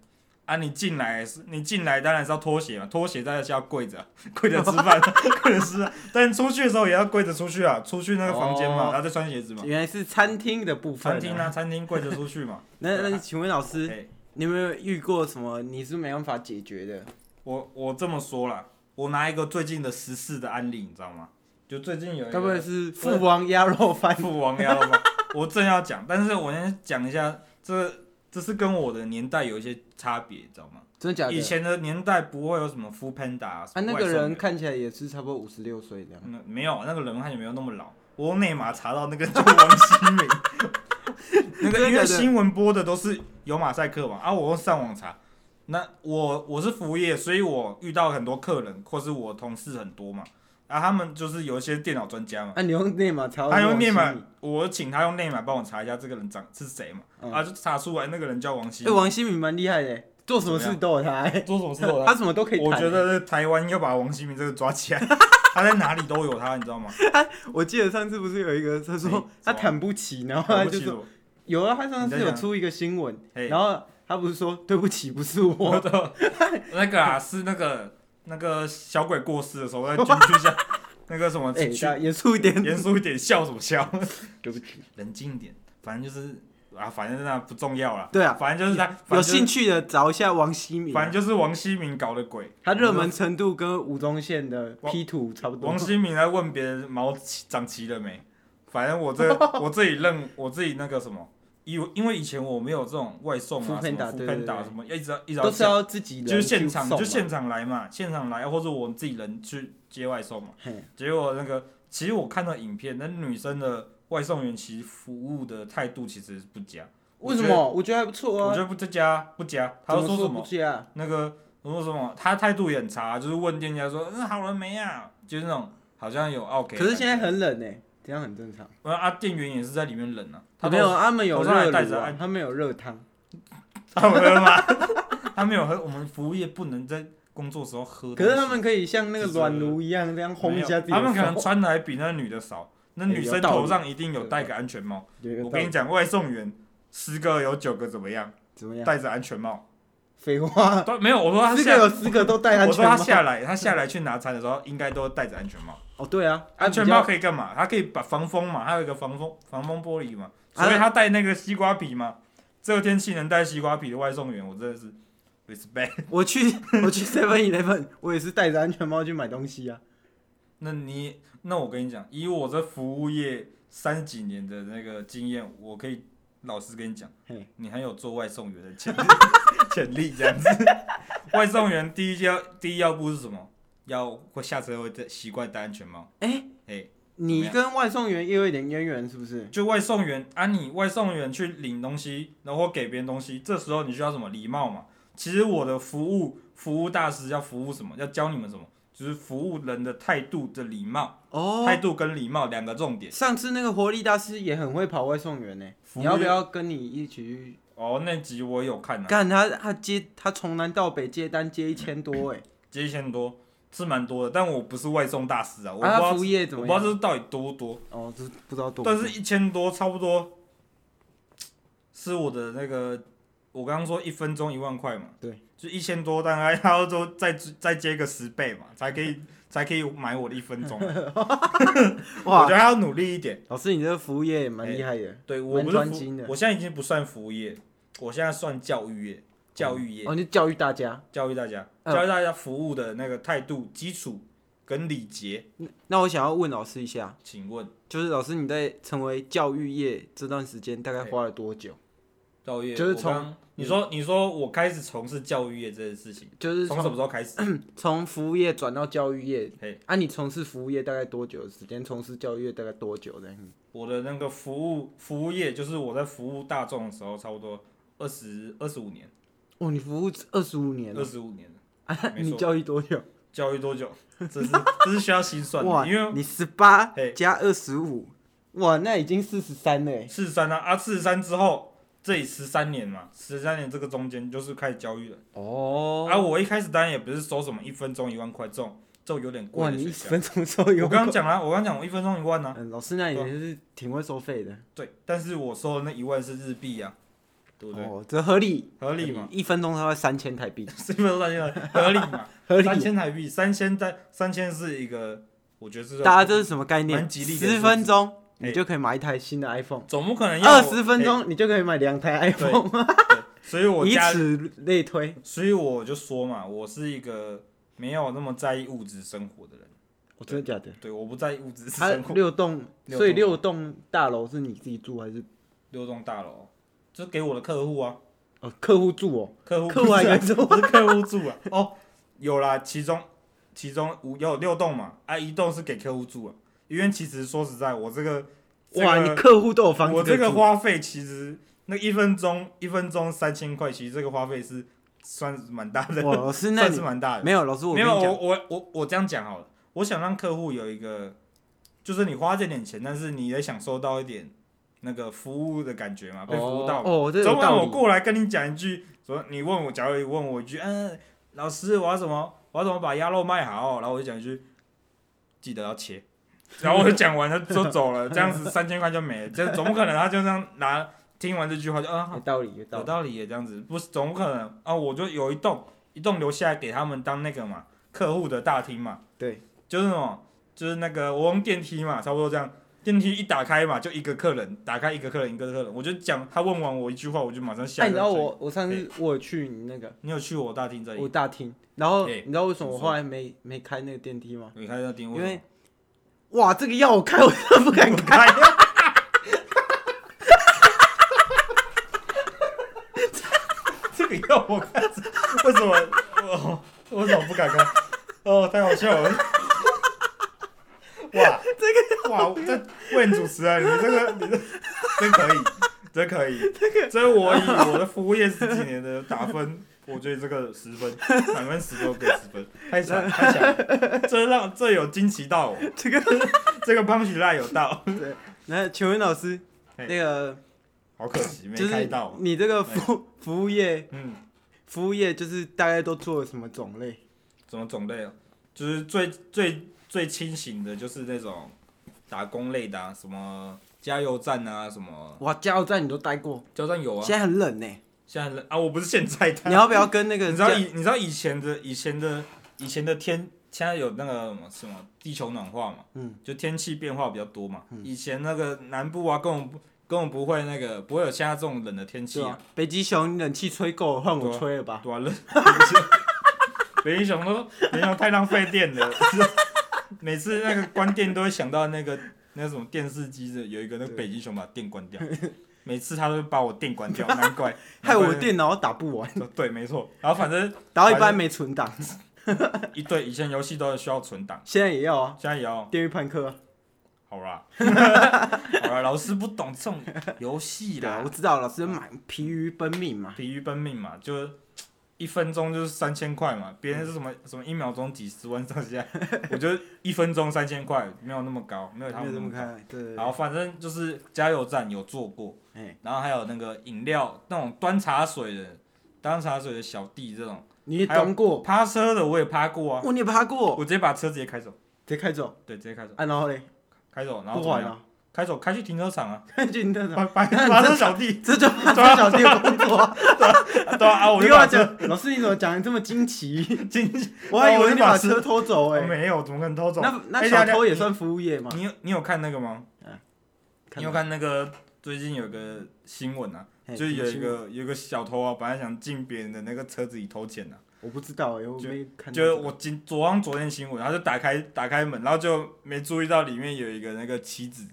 Speaker 1: 啊，你进来是，你进来当然是要脱鞋嘛，脱鞋当然是要跪着啊、跪着吃饭， 跪着吃、啊，但是出去的时候也要跪着出去啊，出去那个房间嘛，
Speaker 2: 哦
Speaker 1: 然后再穿鞋子嘛，
Speaker 2: 原来是餐厅的部分、
Speaker 1: 餐厅啊，餐厅跪着出去嘛。
Speaker 2: 那那请问老师，
Speaker 1: 哎
Speaker 2: 你有没有遇过什么你是没办法解决的？
Speaker 1: 我我这么说啦，我拿一个最近的时事的案例，你知道吗？就最近有一
Speaker 2: 该不会
Speaker 1: 个
Speaker 2: 是父王鸭 肉饭？
Speaker 1: 父王要吗？我正要讲，但是我先讲一下，这这是跟我的年代有一些差别，你知道吗？
Speaker 2: 真的假的？
Speaker 1: 以前的年代不会有什么 Food Panda 啊，
Speaker 2: 啊，
Speaker 1: 什么
Speaker 2: 那
Speaker 1: 外
Speaker 2: 个
Speaker 1: 送
Speaker 2: 人
Speaker 1: 员
Speaker 2: 看起来也是差不多五十六岁这样。
Speaker 1: 嗯没有那个人看起来没有那么老。我内码查到那个 叫王新明， 那个因为 新闻播的都是有马赛克嘛，啊，我用上网查。那我我是服务业，所以我遇到很多客人或是我同事很多嘛，然、后他们就是有一些电脑专家嘛，
Speaker 2: 啊，你用内码查到
Speaker 1: 他
Speaker 2: 这种
Speaker 1: 用内码
Speaker 2: 心理，
Speaker 1: 我请他用内码帮我查一下这个人长是谁嘛，
Speaker 2: 嗯
Speaker 1: 啊，就查出来那个人叫王新
Speaker 2: 哎，
Speaker 1: 明，
Speaker 2: 王新民蛮厉害的，做什么事都有他，哎
Speaker 1: 做什么事都有他
Speaker 2: 他什么都可以谈。
Speaker 1: 我觉得台湾要把王新民这个抓 起来，他在哪里都有他，你知道吗？
Speaker 2: 我记得上次不是有一个，他
Speaker 1: 哎
Speaker 2: 说他
Speaker 1: 什么
Speaker 2: 谈不起，然后
Speaker 1: 搞
Speaker 2: 他
Speaker 1: 不
Speaker 2: 就
Speaker 1: 清
Speaker 2: 说
Speaker 1: 楚，
Speaker 2: 有啊，他上次
Speaker 1: 你在
Speaker 2: 有
Speaker 1: 讲
Speaker 2: 出一个新闻，
Speaker 1: 嘿
Speaker 2: 然后他不是说对不起，不 是我，哎
Speaker 1: 的那个啊，是那个那个小鬼过世的时候，在军区 下那个什么
Speaker 2: 哎，
Speaker 1: 去
Speaker 2: 大家严肃一点，
Speaker 1: 严肃一点，笑什么笑？
Speaker 2: 对不起。
Speaker 1: 冷静一点，反正就是啊，反正那不重要了。
Speaker 2: 对啊，
Speaker 1: 反正就是他，反正就
Speaker 2: 有
Speaker 1: 是
Speaker 2: 兴趣的找一下王新民，
Speaker 1: 反正就是王希明搞的鬼。
Speaker 2: 他热门程度跟吴宗宪的 P 图差不多
Speaker 1: 王。希明来问别人毛齐长齐了没？反正我 这我自己认我自己那个什么，因因为以前我没有这种外送啊，什
Speaker 2: Foodpanda，
Speaker 1: 么
Speaker 2: 对对
Speaker 1: Foodpanda
Speaker 2: 对
Speaker 1: 什么，一直要一直要
Speaker 2: 都是要自己人
Speaker 1: 就是现
Speaker 2: 去
Speaker 1: 场
Speaker 2: 送啊
Speaker 1: 就
Speaker 2: 嘛
Speaker 1: 现场来嘛，现场来啊或者我们自己人去接外送嘛
Speaker 2: 嘿。
Speaker 1: 结果那个其实我看到影片，那女生的外送员其实服务的态度其实不佳，
Speaker 2: 为什么？我觉得还不错
Speaker 1: 我
Speaker 2: 啊
Speaker 1: 觉。得不佳不佳，她
Speaker 2: 怎
Speaker 1: 说什
Speaker 2: 不
Speaker 1: 么
Speaker 2: 加？
Speaker 1: 那个我说什么，她态度也很差，就是问店家说嗯好了没啊，就是那种好像有哦 OK，
Speaker 2: 可是现在很冷呢，这样很正常。
Speaker 1: 呃啊店员也是在里面冷啊，他
Speaker 2: 没有，他们有
Speaker 1: 头上还
Speaker 2: 热
Speaker 1: 戴
Speaker 2: 炉
Speaker 1: 着
Speaker 2: 啊
Speaker 1: 按，
Speaker 2: 他们有热汤。
Speaker 1: 他没有喝吗？他没有喝，我们服务业不能在工作时候喝东西。
Speaker 2: 可是他们可以像那个
Speaker 1: 就是
Speaker 2: 暖炉一样，这样烘一下自己的
Speaker 1: 他们可能
Speaker 2: 手
Speaker 1: 穿的还比那女的 少，那女生头上一定有戴个安全帽。
Speaker 2: 哎有一个
Speaker 1: 我
Speaker 2: 道
Speaker 1: 跟
Speaker 2: 理
Speaker 1: 你讲，外送员十个有九个怎么样，
Speaker 2: 怎么样？
Speaker 1: 戴着安全帽。
Speaker 2: 废话，
Speaker 1: 都没有，我说他
Speaker 2: 四啊个有
Speaker 1: 下，
Speaker 2: 四个都戴安
Speaker 1: 我说
Speaker 2: 全
Speaker 1: 他
Speaker 2: 帽。
Speaker 1: 下来，他下来去拿餐的时候，应该都戴着安全帽。
Speaker 2: 哦，对啊，啊
Speaker 1: 安全
Speaker 2: 比
Speaker 1: 帽
Speaker 2: 较
Speaker 1: 可以干嘛？它可以把防风嘛，它有一个防风防风玻璃嘛，
Speaker 2: 啊
Speaker 1: 所以他戴那个西瓜皮嘛。这个天气能戴西瓜皮的外送员，我真的是 respect。
Speaker 2: 我去 我去 Seven Eleven，我也是戴着安全帽去买东西啊。
Speaker 1: 那你那我跟你讲，以我这服务业三几年的那个经验，我可以老实跟你讲
Speaker 2: 嘿，
Speaker 1: 你很有做外送员的潜力 潜力这样子。 外送员第一要第一要步是什么？要会下车会戴习惯戴安全帽。
Speaker 2: 哎
Speaker 1: 哎
Speaker 2: 你跟外送员也有一点渊源，是不是？
Speaker 1: 就外送员啊，你外送员去领东西，然后给别人东西，这时候你需要什么礼貌嘛？其实我的服务服务大师要服务什么？要教你们什么？就是服务人的态度的礼貌，
Speaker 2: 哦，
Speaker 1: 态度跟礼貌两个重点。
Speaker 2: 上次那个活力大师也很会跑外送员呢，
Speaker 1: 服务
Speaker 2: 你要不要跟你一起去？
Speaker 1: 哦，那集我有看啊，
Speaker 2: 干他，他接他从南到北接单接一千多哎，
Speaker 1: 接一千多是蛮多的，但我不是外送大师啊，我不知
Speaker 2: 啊，他
Speaker 1: 道、
Speaker 2: 服务业
Speaker 1: 我
Speaker 2: 怎
Speaker 1: 不
Speaker 2: 么
Speaker 1: 知道
Speaker 2: 样？
Speaker 1: 这到底多不多，
Speaker 2: 哦，这不知道多不多。
Speaker 1: 但是一千多差不多是我的那个，我刚刚说一分钟一万块嘛，
Speaker 2: 对，
Speaker 1: 就一千多，大概然后都再再接个十倍嘛，才可 以才可以买我的一分钟啊、我觉
Speaker 2: 哇，
Speaker 1: 得还要努力一点。
Speaker 2: 老师你这个服务业也蛮
Speaker 1: 哎
Speaker 2: 厉害的。
Speaker 1: 对我不是
Speaker 2: 专
Speaker 1: 服
Speaker 2: 精的
Speaker 1: 我现在已经不算服务业，我现在算教育业，教育业。
Speaker 2: 哦，你教育大家。
Speaker 1: 教育大家，
Speaker 2: 嗯
Speaker 1: 教育大家服务的那个态度、基础跟礼节。
Speaker 2: 那我想要问老师一下，
Speaker 1: 请问
Speaker 2: 就是老师你在成为教育业这段时间大概花了多久？
Speaker 1: 教育业
Speaker 2: 就是
Speaker 1: 我刚
Speaker 2: 从
Speaker 1: 你说，你说我开始从事教育业这件事情，
Speaker 2: 就是
Speaker 1: 从什么时候开始？
Speaker 2: 从服务业转到教育业
Speaker 1: 嘿，
Speaker 2: 啊，你从事服务业大概多久的时间？从事教育业大概多久的？
Speaker 1: 我的那个服务服务业，就是我在服务大众的时候，差不多二十二十五年，
Speaker 2: 哦，你服务二十五年
Speaker 1: 二
Speaker 2: 了，
Speaker 1: 十五年了。
Speaker 2: 啊
Speaker 1: 没
Speaker 2: 你
Speaker 1: 错
Speaker 2: 教育多久？
Speaker 1: 教育多 久？这是这是需要心算
Speaker 2: 哇，
Speaker 1: 的，因为
Speaker 2: 你十八
Speaker 1: 嘿
Speaker 2: 加二十五，哇，那已经四十三了欸。
Speaker 1: 四十三啊啊，四十三之后，这里十三年嘛，十三年这个中间就是开始教育了。
Speaker 2: 哦，
Speaker 1: 啊，我一开始当然也不是收什么一分钟一万块这种，这种有点贵
Speaker 2: 哇，
Speaker 1: 的
Speaker 2: 你
Speaker 1: 学
Speaker 2: 一
Speaker 1: 校。
Speaker 2: 分钟收有
Speaker 1: 我刚刚讲了，我刚刚讲我一分钟一万呢、啊
Speaker 2: 嗯，老师那你
Speaker 1: 对啊
Speaker 2: 也是挺会收费的。
Speaker 1: 对，但是我收的那一万是日币啊，对不对？
Speaker 2: 哦，这合理，
Speaker 1: 合理嘛，
Speaker 2: 一分钟他会三千台币，
Speaker 1: 是不是三千？合理嘛，
Speaker 2: 合理。
Speaker 1: 三千台币，三千在三千是一个，我觉得是
Speaker 2: 大家这是什么概
Speaker 1: 蛮
Speaker 2: 念？
Speaker 1: 吉利的
Speaker 2: 十分钟
Speaker 1: 哎
Speaker 2: 你就可以买一台新的 iPhone，
Speaker 1: 总不可能要我
Speaker 2: 二十分、钟你就可以买两台 iPhone，
Speaker 1: 哎所以我
Speaker 2: 以
Speaker 1: 家，
Speaker 2: 此类推。
Speaker 1: 所以我就说嘛，我是一个没有那么在意物质生活的人，
Speaker 2: 我真的假的？
Speaker 1: 对，我不在意物质
Speaker 2: 它
Speaker 1: 生活。
Speaker 2: 六栋，
Speaker 1: 六栋
Speaker 2: 所以六栋大楼是你自己住还是
Speaker 1: 六栋大楼，这给我的客户啊，
Speaker 2: 哦客户住哦？
Speaker 1: 客户
Speaker 2: 客户还敢住？
Speaker 1: 不是客户住啊，哦，有啦，其中其中五有六栋嘛，啊，一栋是给客户住啊，因为其实说实在，我这个
Speaker 2: 哇，
Speaker 1: 这个
Speaker 2: 你客户都有房子
Speaker 1: 我
Speaker 2: 可以
Speaker 1: 这
Speaker 2: 住，
Speaker 1: 个花费其实那一分钟一分钟三千块，其实这个花费是算是蛮大的，
Speaker 2: 哇，老师那
Speaker 1: 算
Speaker 2: 你
Speaker 1: 是蛮大的。
Speaker 2: 没有老师，我
Speaker 1: 没
Speaker 2: 跟
Speaker 1: 有，我
Speaker 2: 你讲，
Speaker 1: 我我我这样讲好了，我想让客户有一个，就是你花这点钱，但是你也享受到一点那个服务的感觉嘛，被服务到嘛。
Speaker 2: 哦，哦这
Speaker 1: 总
Speaker 2: 有
Speaker 1: 不能
Speaker 2: 道
Speaker 1: 我
Speaker 2: 理。
Speaker 1: 过来跟你讲一句，说你问我，假如你问我一句，嗯，老师，我要怎么，我要怎么把鸭肉卖好？然后我就讲一句，记得要切。然后我就讲完，他就走 了，这样子三千块就没了，这总不可能他就这样拿，听完这句话就啊，
Speaker 2: 有
Speaker 1: 好
Speaker 2: 道理， 有道
Speaker 1: 有
Speaker 2: 理。
Speaker 1: 道理耶，这样子不是总不可能啊，我就有一栋一栋留下来给他们当那个嘛客户的大厅嘛，
Speaker 2: 对，
Speaker 1: 就是那种就是那个我用电梯嘛，差不多这样。电梯一打开嘛，就一个客人，打开一个客人，一个客人，我就讲他问完我一句话，我就马上下
Speaker 2: 哎，
Speaker 1: 一
Speaker 2: 你
Speaker 1: 个
Speaker 2: 知
Speaker 1: 客人。
Speaker 2: 道我我上次我有去你那个
Speaker 1: 你有去我大厅这
Speaker 2: 我
Speaker 1: 里？
Speaker 2: 大厅，然后
Speaker 1: 哎
Speaker 2: 你知道为什么我
Speaker 1: 你说
Speaker 2: 后来没没开那个电梯吗？
Speaker 1: 你开大厅，
Speaker 2: 因为哇，这个要我开我都不敢
Speaker 1: 我
Speaker 2: 开，
Speaker 1: 开这个要我看，为什么我我为什么不敢看？哦，太好笑了！哇，这个哇，这问主持人，你这个你这真可以，真可以，这个这我以我的服务业十几年的打分，我觉得这个十分，满分十分给十分，太强太强了，这让这有惊奇到我，
Speaker 2: 这个
Speaker 1: 这个 punch line 有到，
Speaker 2: 那请问老师，
Speaker 1: 嘿
Speaker 2: 那个
Speaker 1: 好可惜没
Speaker 2: 就是
Speaker 1: 开到，
Speaker 2: 你这个服服务业，
Speaker 1: 嗯。
Speaker 2: 服务业就是大概都做了什么种类？
Speaker 1: 什么种类啊？就是最最最清醒的，就是那种打工类的、啊，什么加油站啊，什么
Speaker 2: 哇，加油站你都待过，
Speaker 1: 加油站有啊。
Speaker 2: 现在很冷呢，
Speaker 1: 现在人啊，我不是现在的，
Speaker 2: 你要不要跟那个
Speaker 1: 你知道
Speaker 2: 加
Speaker 1: 以你知道以前的以前的以前的天，现在有那个什么地球暖化嘛，
Speaker 2: 嗯，
Speaker 1: 就天气变化比较多嘛。以前那个南部啊，根本不根本不会那个不会有现在这种冷的天气
Speaker 2: 对
Speaker 1: 啊
Speaker 2: 啊，，北极熊冷气吹够了，换
Speaker 1: 对
Speaker 2: 我
Speaker 1: 啊
Speaker 2: 吹了吧。
Speaker 1: 多 冷。北极熊都北极熊太浪费电了， 每次那个关电都会想到那个那什么电视机的有一个那个
Speaker 2: 对
Speaker 1: 北极熊把电关掉，每次他都把我电关掉，难怪
Speaker 2: 害
Speaker 1: 难
Speaker 2: 我
Speaker 1: 怪
Speaker 2: 电脑打 不完，
Speaker 1: 对，没错。然后反正
Speaker 2: 打到一
Speaker 1: 反
Speaker 2: 半没存档，
Speaker 1: 一对以前游戏都需要存档，
Speaker 2: 现在也要啊。
Speaker 1: 现在也要
Speaker 2: 电狱判客啊，
Speaker 1: 好啦， 好啦，老师不懂这种游戏
Speaker 2: 对啊，
Speaker 1: 啦
Speaker 2: 我，知道老师买疲于奔命嘛，
Speaker 1: 疲于奔命嘛，就是一分钟就是三千块嘛，别人是什么什么一秒钟几十万上 下，我觉得一分钟三千块没有那么高，没有他
Speaker 2: 没有
Speaker 1: 们
Speaker 2: 这
Speaker 1: 那
Speaker 2: 么
Speaker 1: 么高。
Speaker 2: 开，对对
Speaker 1: 然后
Speaker 2: 对，
Speaker 1: 反正就是加油站有做过，
Speaker 2: 哎，
Speaker 1: 然后还有那个饮料那种端茶水的，端茶水的小弟这种，
Speaker 2: 你也
Speaker 1: 还有
Speaker 2: 懂过，哦
Speaker 1: 趴车的我也趴过啊，
Speaker 2: 我你也爬过，
Speaker 1: 我直接把车直接开走，
Speaker 2: 直接开走，
Speaker 1: 对，直接开走，
Speaker 2: 啊，然后嘞，
Speaker 1: 开走，然后
Speaker 2: 不
Speaker 1: 怎么
Speaker 2: 玩
Speaker 1: 样？
Speaker 2: 了，
Speaker 1: 开走，开去停车场啊，
Speaker 2: 就你那种，
Speaker 1: 把把把车小弟，
Speaker 2: 这就发生小弟的工作啊。
Speaker 1: 对啊哦啊，我
Speaker 2: 你
Speaker 1: 就
Speaker 2: 跟我
Speaker 1: 把车
Speaker 2: 讲，老师你怎么讲的这么惊奇？哦
Speaker 1: 进去，
Speaker 2: 我还以为你把
Speaker 1: 我
Speaker 2: 车偷走哎、
Speaker 1: 哦没有，怎么可能偷走？
Speaker 2: 那那
Speaker 1: 哎
Speaker 2: 小
Speaker 1: 等一下
Speaker 2: 偷也算服务业吗？
Speaker 1: 你有你有看那个吗？你有
Speaker 2: 到
Speaker 1: 看那个最近有个新闻啊，
Speaker 2: 嘿
Speaker 1: 就是有
Speaker 2: 什
Speaker 1: 一
Speaker 2: 么新闻
Speaker 1: 个有一个小偷啊，本来想进别人的那个车子里偷钱啊的、
Speaker 2: 我不知道哎、我
Speaker 1: 就
Speaker 2: 没看到
Speaker 1: 就是
Speaker 2: 这个。
Speaker 1: 我今昨上昨天新闻，他就打开打开门，然后就没注意到里面有一个那个妻子，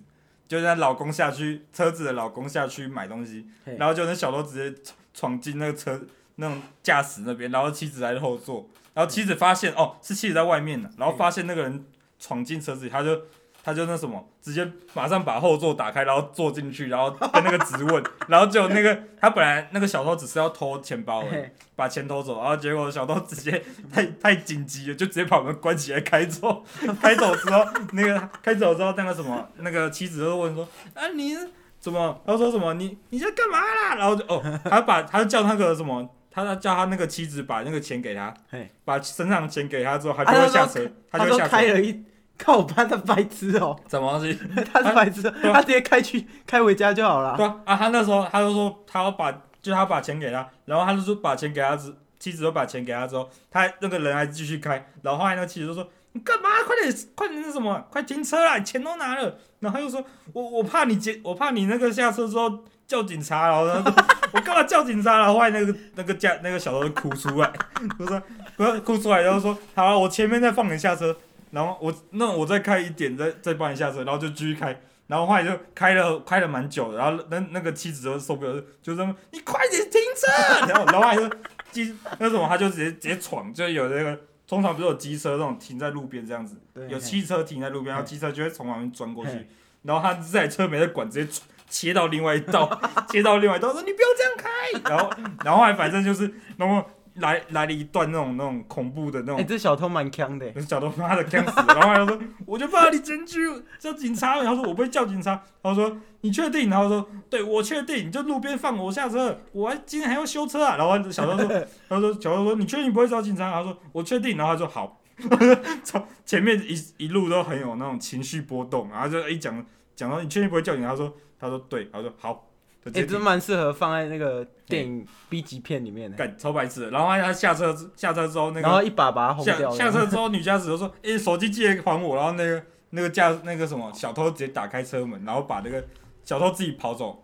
Speaker 1: 就是她老公下去车子的老公下去买东西，
Speaker 2: 嘿
Speaker 1: 然后就那小偷直接闯闯进那个车那种驾驶那边，然后妻子在后座，然后妻子发现哦是妻子在外面呢，然后发现那个人闯进车子里，他就他就那什么，直接马上把后座打开，然后坐进去，然后跟那个质问， 然后就那个他本来那个小偷只是要偷钱包而已
Speaker 2: 嘿
Speaker 1: 把钱偷走，然后结果小偷直接太太紧急了，就直接把门关起来开走。开走之后，那个开走之后，那个什么，那个妻子就问说：“啊，你怎么？”他说什么？你你在干嘛啦？然后就哦，他把他叫那个什么，他叫他那个妻子把那个钱给他
Speaker 2: 嘿，
Speaker 1: 把身上的钱给他之后，他
Speaker 2: 啊
Speaker 1: 就会下
Speaker 2: 他说
Speaker 1: 车，
Speaker 2: 他
Speaker 1: 就
Speaker 2: 说
Speaker 1: 会下
Speaker 2: 开
Speaker 1: 车。
Speaker 2: 了一，靠我爸他白痴哦、
Speaker 1: 什么东西？
Speaker 2: 他是白痴哦、
Speaker 1: 对啊
Speaker 2: 他直接开去开回家就好了。
Speaker 1: 啊对啊，啊他那时候他就说他要把就他把钱给他，然后他就说把钱给他之，妻子都把钱给他之后，他那个人还继续开，然后后来那个妻子就说你干嘛？快点快点那什么，快停车啦！你钱都拿了。然后他就说我我怕你接，我怕你那个下车之后叫警察，然后他说我干嘛叫警察？然后后来那个那个家那个小偷就哭出来，就说不要哭出来，然后说好了，我前面再放你下车，然后我那我再开一点，再再放你下车，然后就继续开。然后后来就开了开了蛮久的，然后那那个妻子就受不了，就这么你快点停车， 然后然后还是机那种他就直接直接闯，就有那个通常不是有机车那种停在路边这样子，
Speaker 2: 对
Speaker 1: 有
Speaker 2: 嘿
Speaker 1: 汽车停在路边，然后
Speaker 2: 嘿
Speaker 1: 机车就会从旁边钻过去
Speaker 2: 嘿，
Speaker 1: 然后他这台车没在管，直接切到另外一道， 切到另外一道说你不要这样开，然后然后后来反正就是然后来来了一段那种那种恐怖的那种
Speaker 2: 哎、这小偷蛮强的、欸，
Speaker 1: 那小偷妈的干死了，然后他就说，我就怕你检举叫警察，然后说我不会叫警察，他说你确定？然后说对我确定，你就路边放我下车，我还今天还要修车啊。然后小偷 说，他说小偷说你确定不会找警察？他说我确定，然后他说好， 从前面一一路都很有那种情绪波动，然后就一讲讲到你确定不会叫警察？他说他说对，他说好，他
Speaker 2: 哎、
Speaker 1: 直接
Speaker 2: 这蛮适合放在那个电影 B 级片里面的、
Speaker 1: 干超白痴的。然后他下车之下车之后那个
Speaker 2: 然后一把把它轰
Speaker 1: 下
Speaker 2: 掉
Speaker 1: 下
Speaker 2: 了。
Speaker 1: 车之后，女驾驶就说：“诶、手机记得还我。”然后那个那个驾那个什么小偷直接打开车门，然后把那个小偷自己跑走。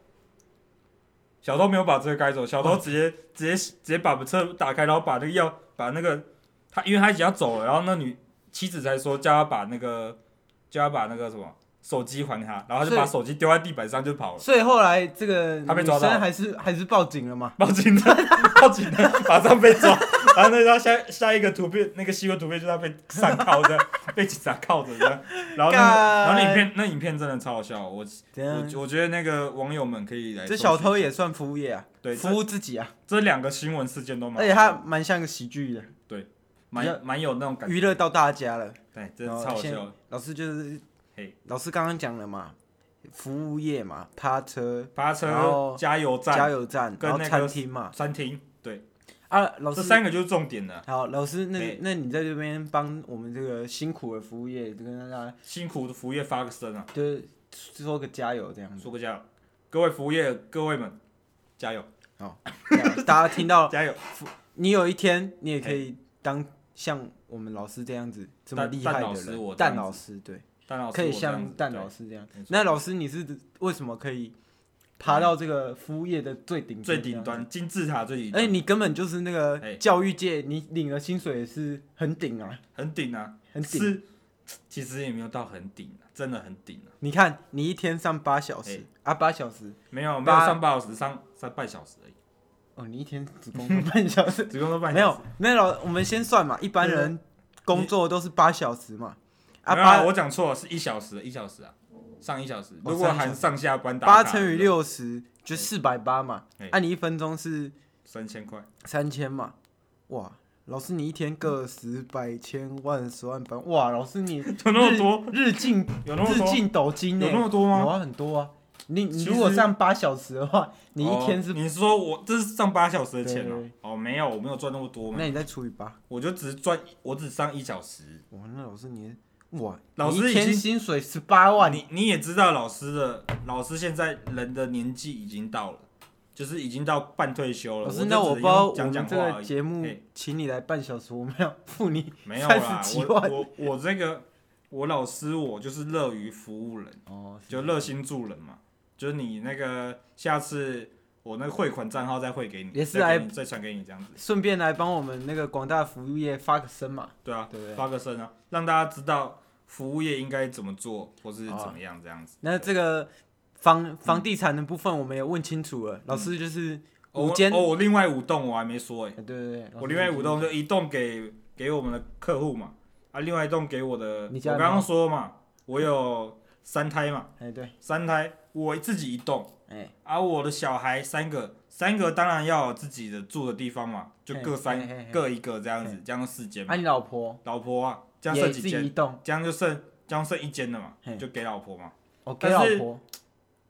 Speaker 1: 小偷没有把车开
Speaker 2: 哦
Speaker 1: 走，小偷直接、直接直接把车打开，然后把那个钥把那个他，因为他已经要走了，然后那女妻子才说叫他把那个叫他把那个什么手机还他，然后他就把手机丢在地板上就跑了，
Speaker 2: 所以后来这个
Speaker 1: 他被
Speaker 2: 女
Speaker 1: 抓到了
Speaker 2: 生还是还是报警了嘛？
Speaker 1: 报警的 报警的马上被抓，然后那他下下一个图片那个新闻图片就是他被上铐的， 被警察铐着的，然后那然后那影片那影片真的超好笑，我哎
Speaker 2: 怎样？
Speaker 1: 我我觉得那个网友们可以来搜
Speaker 2: 嗯这
Speaker 1: 寻，
Speaker 2: 小偷也算服务业啊，
Speaker 1: 对这
Speaker 2: 服务自己啊，
Speaker 1: 这两个新闻事件都蛮好笑，
Speaker 2: 而且他蛮像个喜剧的，比较
Speaker 1: 蛮蛮有那种感觉，
Speaker 2: 娱乐到大家了。
Speaker 1: 对，真的
Speaker 2: 然后
Speaker 1: 超好
Speaker 2: 先
Speaker 1: 笑的，
Speaker 2: 老师就是
Speaker 1: 嘿，
Speaker 2: 老师刚刚讲了嘛，服务业嘛，趴车、
Speaker 1: 发
Speaker 2: 然
Speaker 1: 车
Speaker 2: 后
Speaker 1: 加油
Speaker 2: 加
Speaker 1: 站、
Speaker 2: 油站，
Speaker 1: 跟
Speaker 2: 然后
Speaker 1: 那个
Speaker 2: 餐厅嘛。
Speaker 1: 餐厅，对，
Speaker 2: 啊，老
Speaker 1: 这
Speaker 2: 师，
Speaker 1: 三个就是重点了，
Speaker 2: 好，老师，那
Speaker 1: 对
Speaker 2: 那你在这边帮我们这个辛苦的服务业跟大家
Speaker 1: 辛苦的服务业发个声啊，
Speaker 2: 就是说个加油这样 子。
Speaker 1: 说个加油，各位服务业各位们，加油
Speaker 2: 这样大家听到，
Speaker 1: 加油，
Speaker 2: 你有一天你也
Speaker 1: 哎
Speaker 2: 可以当像我们老师这样子这么
Speaker 1: 蛋
Speaker 2: 厉害
Speaker 1: 蛋老
Speaker 2: 的
Speaker 1: 师我这样
Speaker 2: 人，蛋
Speaker 1: 子
Speaker 2: 老师对。
Speaker 1: 蛋老师
Speaker 2: 可以
Speaker 1: 我这样
Speaker 2: 像
Speaker 1: 子
Speaker 2: 蛋
Speaker 1: 对
Speaker 2: 老师这样
Speaker 1: 没错。
Speaker 2: 那老师，你是为什么可以爬到这个服务业的最顶
Speaker 1: 最顶？端金字塔最顶
Speaker 2: 哎，
Speaker 1: 端，
Speaker 2: 你根本就是那
Speaker 1: 哎
Speaker 2: 个教育界，你领的薪水也是很顶啊，
Speaker 1: 很顶啊，
Speaker 2: 很顶。
Speaker 1: 是，其实也没有到很顶、啊，真的很顶啊，
Speaker 2: 你看，你一天上八小时
Speaker 1: 哎
Speaker 2: 啊，八小时
Speaker 1: 没有没有
Speaker 2: 八
Speaker 1: 上八小时，上上半小时而已，
Speaker 2: 哦，你一天只工作半小时，
Speaker 1: 只工作 半
Speaker 2: 没
Speaker 1: 小时。
Speaker 2: 有，那老我们先算嘛，一般人工作都是八小时嘛，啊
Speaker 1: 没有啊
Speaker 2: 八
Speaker 1: 我讲错了，是一小时，一小时啊，上一小时。
Speaker 2: 哦
Speaker 1: 如果
Speaker 2: 上一小
Speaker 1: 含
Speaker 2: 时
Speaker 1: 上下班打
Speaker 2: 八
Speaker 1: 卡
Speaker 2: 乘以，六十就四百八嘛啊
Speaker 1: 哎，
Speaker 2: 按你一分钟是
Speaker 1: 三千块，
Speaker 2: 三千嘛，哇，老师你一天个十百千万十万百万，哇，老师你 有
Speaker 1: 有那么多，
Speaker 2: 日进
Speaker 1: 有那么
Speaker 2: 日
Speaker 1: 多，
Speaker 2: 进斗金呢、
Speaker 1: 有那么多
Speaker 2: 有
Speaker 1: 吗？
Speaker 2: 啊，很多啊。你你
Speaker 1: 其
Speaker 2: 如果
Speaker 1: 实
Speaker 2: 上八小时的话，你一天
Speaker 1: 哦
Speaker 2: 是，
Speaker 1: 你是说我这是上八小时的钱
Speaker 2: 对
Speaker 1: 哦
Speaker 2: 对、
Speaker 1: 哦，没有，我没有赚那么多嘛，
Speaker 2: 那你再除以八，
Speaker 1: 我就只赚，我只上一小时。
Speaker 2: 哇，那老师你哇，
Speaker 1: 老
Speaker 2: 你
Speaker 1: 师已
Speaker 2: 一天
Speaker 1: 经
Speaker 2: 薪水十八万，
Speaker 1: 你你也知道老师的老师现在人的年纪已经到了，就是已经到半退休了。
Speaker 2: 老
Speaker 1: 我
Speaker 2: 师
Speaker 1: 就
Speaker 2: 那
Speaker 1: 只
Speaker 2: 我
Speaker 1: 能
Speaker 2: 不知道我
Speaker 1: 讲
Speaker 2: 们
Speaker 1: 讲
Speaker 2: 这
Speaker 1: 话而
Speaker 2: 个
Speaker 1: 已
Speaker 2: 节目
Speaker 1: 嘿
Speaker 2: 请你来半小时，我们要付你
Speaker 1: 没有啦，
Speaker 2: 37
Speaker 1: 我
Speaker 2: 万
Speaker 1: 我我这个我老师我就是乐于服务人，
Speaker 2: 哦，
Speaker 1: 就热心助人嘛。就是你那个下次我那个汇款账号再汇给你，
Speaker 2: 也是
Speaker 1: 再
Speaker 2: 来
Speaker 1: 给你再传给你这样子。
Speaker 2: 顺便来帮我们那个广大服务业发个声嘛，
Speaker 1: 对啊，
Speaker 2: 对不对？
Speaker 1: 发个声啊，让大家知道服务业应该怎么做或
Speaker 2: 啊
Speaker 1: 是怎么样这样子。
Speaker 2: 那这个房房地产的部分我们也问清楚了，老师就是
Speaker 1: 哦
Speaker 2: 五间
Speaker 1: 嗯哦，我另外五栋我还没说哎、
Speaker 2: 哎对对对，
Speaker 1: 我另外五栋
Speaker 2: 就
Speaker 1: 就一栋给给我们的客户嘛，啊，另外一栋给我的，
Speaker 2: 你
Speaker 1: 我
Speaker 2: 家
Speaker 1: 刚
Speaker 2: 人
Speaker 1: 刚
Speaker 2: 吗
Speaker 1: 说嘛，我有三胎嘛，
Speaker 2: 哎对，
Speaker 1: 三胎我自己一栋，
Speaker 2: 哎
Speaker 1: 啊，我的小孩三个，三个当然要有自己的住的地方嘛，就各
Speaker 2: 嘿
Speaker 1: 三
Speaker 2: 嘿嘿嘿
Speaker 1: 各一个这样子，这样四间嘛
Speaker 2: 啊，你老婆
Speaker 1: 老婆啊，这样
Speaker 2: 也
Speaker 1: 剩几
Speaker 2: 自己
Speaker 1: 间
Speaker 2: 一？栋
Speaker 1: 这样就剩这样剩一间了嘛
Speaker 2: 嘿，
Speaker 1: 就给老婆嘛。
Speaker 2: 哦给
Speaker 1: 但
Speaker 2: 老
Speaker 1: 是
Speaker 2: 婆，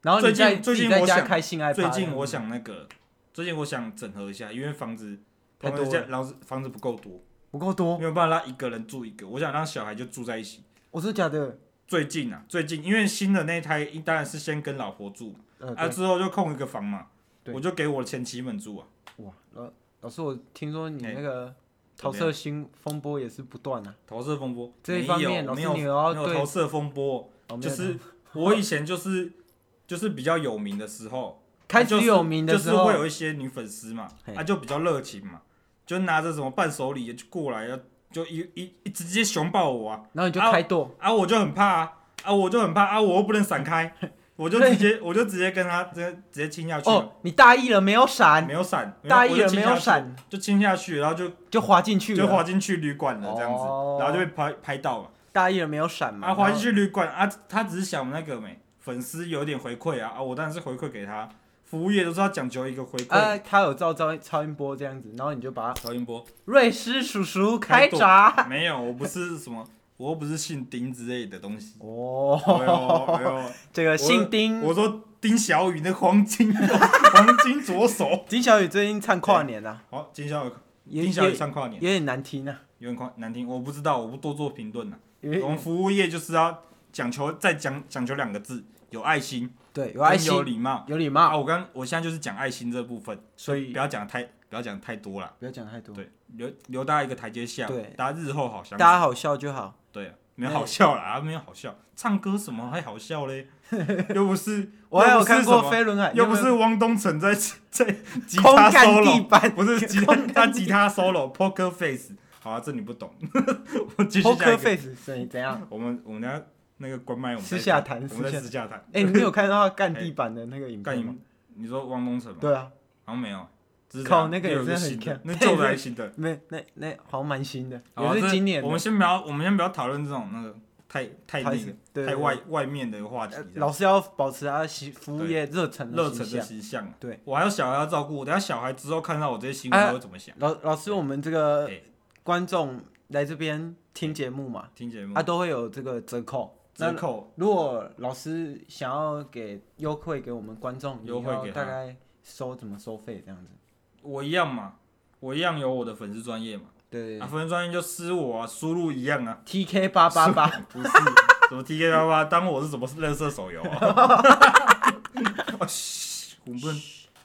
Speaker 2: 然后你
Speaker 1: 最近
Speaker 2: 在
Speaker 1: 最近
Speaker 2: 自己在
Speaker 1: 我
Speaker 2: 家
Speaker 1: 想
Speaker 2: 开性爱趴
Speaker 1: 最
Speaker 2: 这样子，
Speaker 1: 近我想那个，最近我想整合一下，因为房子
Speaker 2: 太
Speaker 1: 房子
Speaker 2: 多
Speaker 1: 这
Speaker 2: 了
Speaker 1: 样老子房子不够多，
Speaker 2: 不够多，
Speaker 1: 没有办法让一个人住一个，我想让小孩就住在一起。
Speaker 2: 我说假的，
Speaker 1: 最近啊，最近因为新的那一胎当然是先跟老婆住，
Speaker 2: 呃
Speaker 1: 啊
Speaker 2: 对
Speaker 1: 之后就空一个房嘛，
Speaker 2: 对
Speaker 1: 我就给我前妻们住啊。
Speaker 2: 哇，老老师，我听说你
Speaker 1: 哎
Speaker 2: 那个桃色新风波也是不断啊。
Speaker 1: 桃色风波
Speaker 2: 这一方
Speaker 1: 没有
Speaker 2: 面老师
Speaker 1: 没有
Speaker 2: 你
Speaker 1: 没
Speaker 2: 有要
Speaker 1: 有
Speaker 2: 对
Speaker 1: 桃色风波，
Speaker 2: 哦没
Speaker 1: 就
Speaker 2: 有
Speaker 1: 是我以前就是就是比较有名的时候，啊
Speaker 2: 开
Speaker 1: 就
Speaker 2: 始
Speaker 1: 是
Speaker 2: 有名的时候，
Speaker 1: 就是会有一些女粉丝嘛，
Speaker 2: 嘿
Speaker 1: 她、就比较热情嘛，就拿着什么伴手礼就过来，要就一一一直接熊抱我啊，
Speaker 2: 然后你就开剁，
Speaker 1: 啊我就很怕啊，啊我就很怕啊，我又不能闪开， 我就直接我就直接跟她直接直接亲下去啊了，
Speaker 2: 哦，你大意了没有闪，
Speaker 1: 没有闪，没有
Speaker 2: 大意
Speaker 1: 我
Speaker 2: 了
Speaker 1: 就亲
Speaker 2: 没
Speaker 1: 下
Speaker 2: 有
Speaker 1: 去，
Speaker 2: 闪
Speaker 1: 就亲下去，然后就
Speaker 2: 就滑进去
Speaker 1: 就
Speaker 2: 了，
Speaker 1: 滑进去旅馆了这样子，
Speaker 2: 哦嗯
Speaker 1: 然后就被拍拍到了。
Speaker 2: 大意了没有闪嘛，
Speaker 1: 啊，华
Speaker 2: 然
Speaker 1: 进
Speaker 2: 后
Speaker 1: 去旅馆啊，他只是想那个没粉丝有点回馈啊啊，我当然是回馈给他，服务业都是要讲究一个回馈。
Speaker 2: 啊，他有照超超音波这样子，然后你就把它
Speaker 1: 曹云 波，
Speaker 2: 瑞士叔叔
Speaker 1: 开
Speaker 2: 开
Speaker 1: 剁
Speaker 2: 闸，
Speaker 1: 没有，我不是什么，我又不是姓丁之类的东 西。哎呦
Speaker 2: 哦，
Speaker 1: 哎呦，
Speaker 2: 这个姓丁，
Speaker 1: 我说丁小雨那黄金 黄金左手，
Speaker 2: 丁小雨最近唱跨年啊，
Speaker 1: 好，金小雨，
Speaker 2: 也
Speaker 1: 丁小雨
Speaker 2: 也
Speaker 1: 上跨年，
Speaker 2: 有点难听啊，
Speaker 1: 有点夸难听，我不知道，我不多做评论了。
Speaker 2: 因
Speaker 1: 我
Speaker 2: 为
Speaker 1: 们服务业就是要讲求再讲讲究两个字，有爱心，
Speaker 2: 对有爱
Speaker 1: 跟有
Speaker 2: 心
Speaker 1: 礼貌。
Speaker 2: 有礼
Speaker 1: 啊，
Speaker 2: 貌，
Speaker 1: 我刚我现在就是讲爱心这部分。
Speaker 2: 所以
Speaker 1: 不要讲太不要讲太多了，
Speaker 2: 不要讲太多，
Speaker 1: 对，留留大家一个台阶下，
Speaker 2: 对
Speaker 1: 大家日后好相
Speaker 2: 大家
Speaker 1: 处。
Speaker 2: 好笑就好，
Speaker 1: 对啊，没有好笑啦，啊，没有好笑，唱歌什么还好笑 嘞？又不是，
Speaker 2: 我还
Speaker 1: 又
Speaker 2: 有
Speaker 1: 不是
Speaker 2: 看
Speaker 1: 什
Speaker 2: 过
Speaker 1: 么
Speaker 2: 飞轮海，
Speaker 1: 又不
Speaker 2: 你有
Speaker 1: 是汪东城在在吉
Speaker 2: 没有空
Speaker 1: 他
Speaker 2: 干地
Speaker 1: solo，
Speaker 2: 板
Speaker 1: 不是吉他
Speaker 2: 空
Speaker 1: 他
Speaker 2: 干
Speaker 1: 吉
Speaker 2: 地
Speaker 1: 他 solo poker face，好啊，这你不懂， 我继续下一
Speaker 2: ，Poker
Speaker 1: 个，
Speaker 2: Face 是怎样？
Speaker 1: 我们我们等下那个关麦，我们
Speaker 2: 私
Speaker 1: 再
Speaker 2: 下
Speaker 1: 讲
Speaker 2: 谈
Speaker 1: 我们
Speaker 2: 私
Speaker 1: 在
Speaker 2: 下
Speaker 1: 私下谈。
Speaker 2: 哎，你有看到他干地板的那个影
Speaker 1: 干
Speaker 2: 片
Speaker 1: 你
Speaker 2: 吗
Speaker 1: 们？，你说汪东城吗？
Speaker 2: 对啊，
Speaker 1: 好像没有，只是
Speaker 2: 靠
Speaker 1: 这样
Speaker 2: 那个
Speaker 1: 又
Speaker 2: 也
Speaker 1: 有一
Speaker 2: 是很
Speaker 1: 新的
Speaker 2: 看，
Speaker 1: 那
Speaker 2: 那也
Speaker 1: 旧的
Speaker 2: 是
Speaker 1: 还是新的？
Speaker 2: 没那那好像蛮新的，
Speaker 1: 好啊
Speaker 2: 也
Speaker 1: 这
Speaker 2: 是今年的。
Speaker 1: 我们先不要，我们先不要讨论这种那个太太
Speaker 2: 开
Speaker 1: 那
Speaker 2: 始
Speaker 1: 个
Speaker 2: 对
Speaker 1: 太
Speaker 2: 对
Speaker 1: 外外面的话题
Speaker 2: 呃，
Speaker 1: 这样
Speaker 2: 老师要保持他的习服务业热忱
Speaker 1: 热
Speaker 2: 的
Speaker 1: 忱
Speaker 2: 形
Speaker 1: 的
Speaker 2: 象。
Speaker 1: 形象啊。
Speaker 2: 对，
Speaker 1: 我还有小孩要照顾，等下小孩之后看到我这些新闻，
Speaker 2: 哎
Speaker 1: 他会怎么想？
Speaker 2: 老老师，我们这个
Speaker 1: 哎
Speaker 2: 观众来这边听节目嘛，
Speaker 1: 听节目
Speaker 2: 他都会有这个折扣。
Speaker 1: 折
Speaker 2: 啊那
Speaker 1: 扣
Speaker 2: 如果老师想要给优惠给我们观众，
Speaker 1: 优惠
Speaker 2: 你要
Speaker 1: 给他
Speaker 2: 大概收怎么收费这样子？
Speaker 1: 我一样嘛，我一样有我的粉丝专业嘛，
Speaker 2: 对
Speaker 1: 啊，粉丝专业就私我啊，输入一样啊，
Speaker 2: ，T K 八八八，
Speaker 1: 不 是什么 T K 八八，当我是什么乐色手游 啊？哦嘘我们不能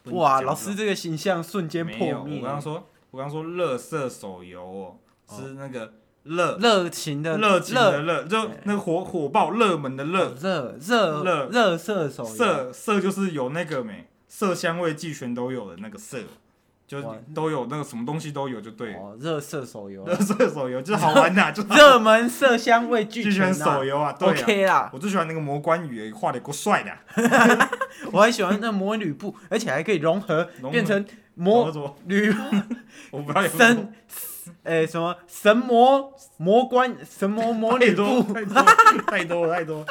Speaker 1: 不能
Speaker 2: 哇，
Speaker 1: 讲
Speaker 2: 老
Speaker 1: 这啊
Speaker 2: 师这个形象瞬间
Speaker 1: 没有，
Speaker 2: 破
Speaker 1: 我
Speaker 2: 灭
Speaker 1: 刚，刚说，我刚刚说乐色手游哦，是那个乐
Speaker 2: 热情的
Speaker 1: 热情的热，就那个火火爆热门的热，
Speaker 2: 热热
Speaker 1: 热
Speaker 2: 热射哦手游
Speaker 1: 色色就是有那个没色香味俱全都有的那个色，就
Speaker 2: 哇
Speaker 1: 都有那个什么东西都有就对了。
Speaker 2: 哦，热射手游啊
Speaker 1: 热，色手游就是好玩呐，就是
Speaker 2: 热门色香味
Speaker 1: 俱
Speaker 2: 俱
Speaker 1: 全
Speaker 2: 全
Speaker 1: 手游啊，对啊。
Speaker 2: OK 啦，
Speaker 1: 我最喜欢那个魔关羽，画的够帅的啊，
Speaker 2: 我还喜欢那魔女布，而且还可以融合
Speaker 1: 融合
Speaker 2: 变成
Speaker 1: 我
Speaker 2: 魔
Speaker 1: 什么？
Speaker 2: 女
Speaker 1: 我不知道有没有
Speaker 2: 神，哎什么神魔魔关神魔魔
Speaker 1: 太
Speaker 2: 女
Speaker 1: 多
Speaker 2: 布，
Speaker 1: 太多太多了太多，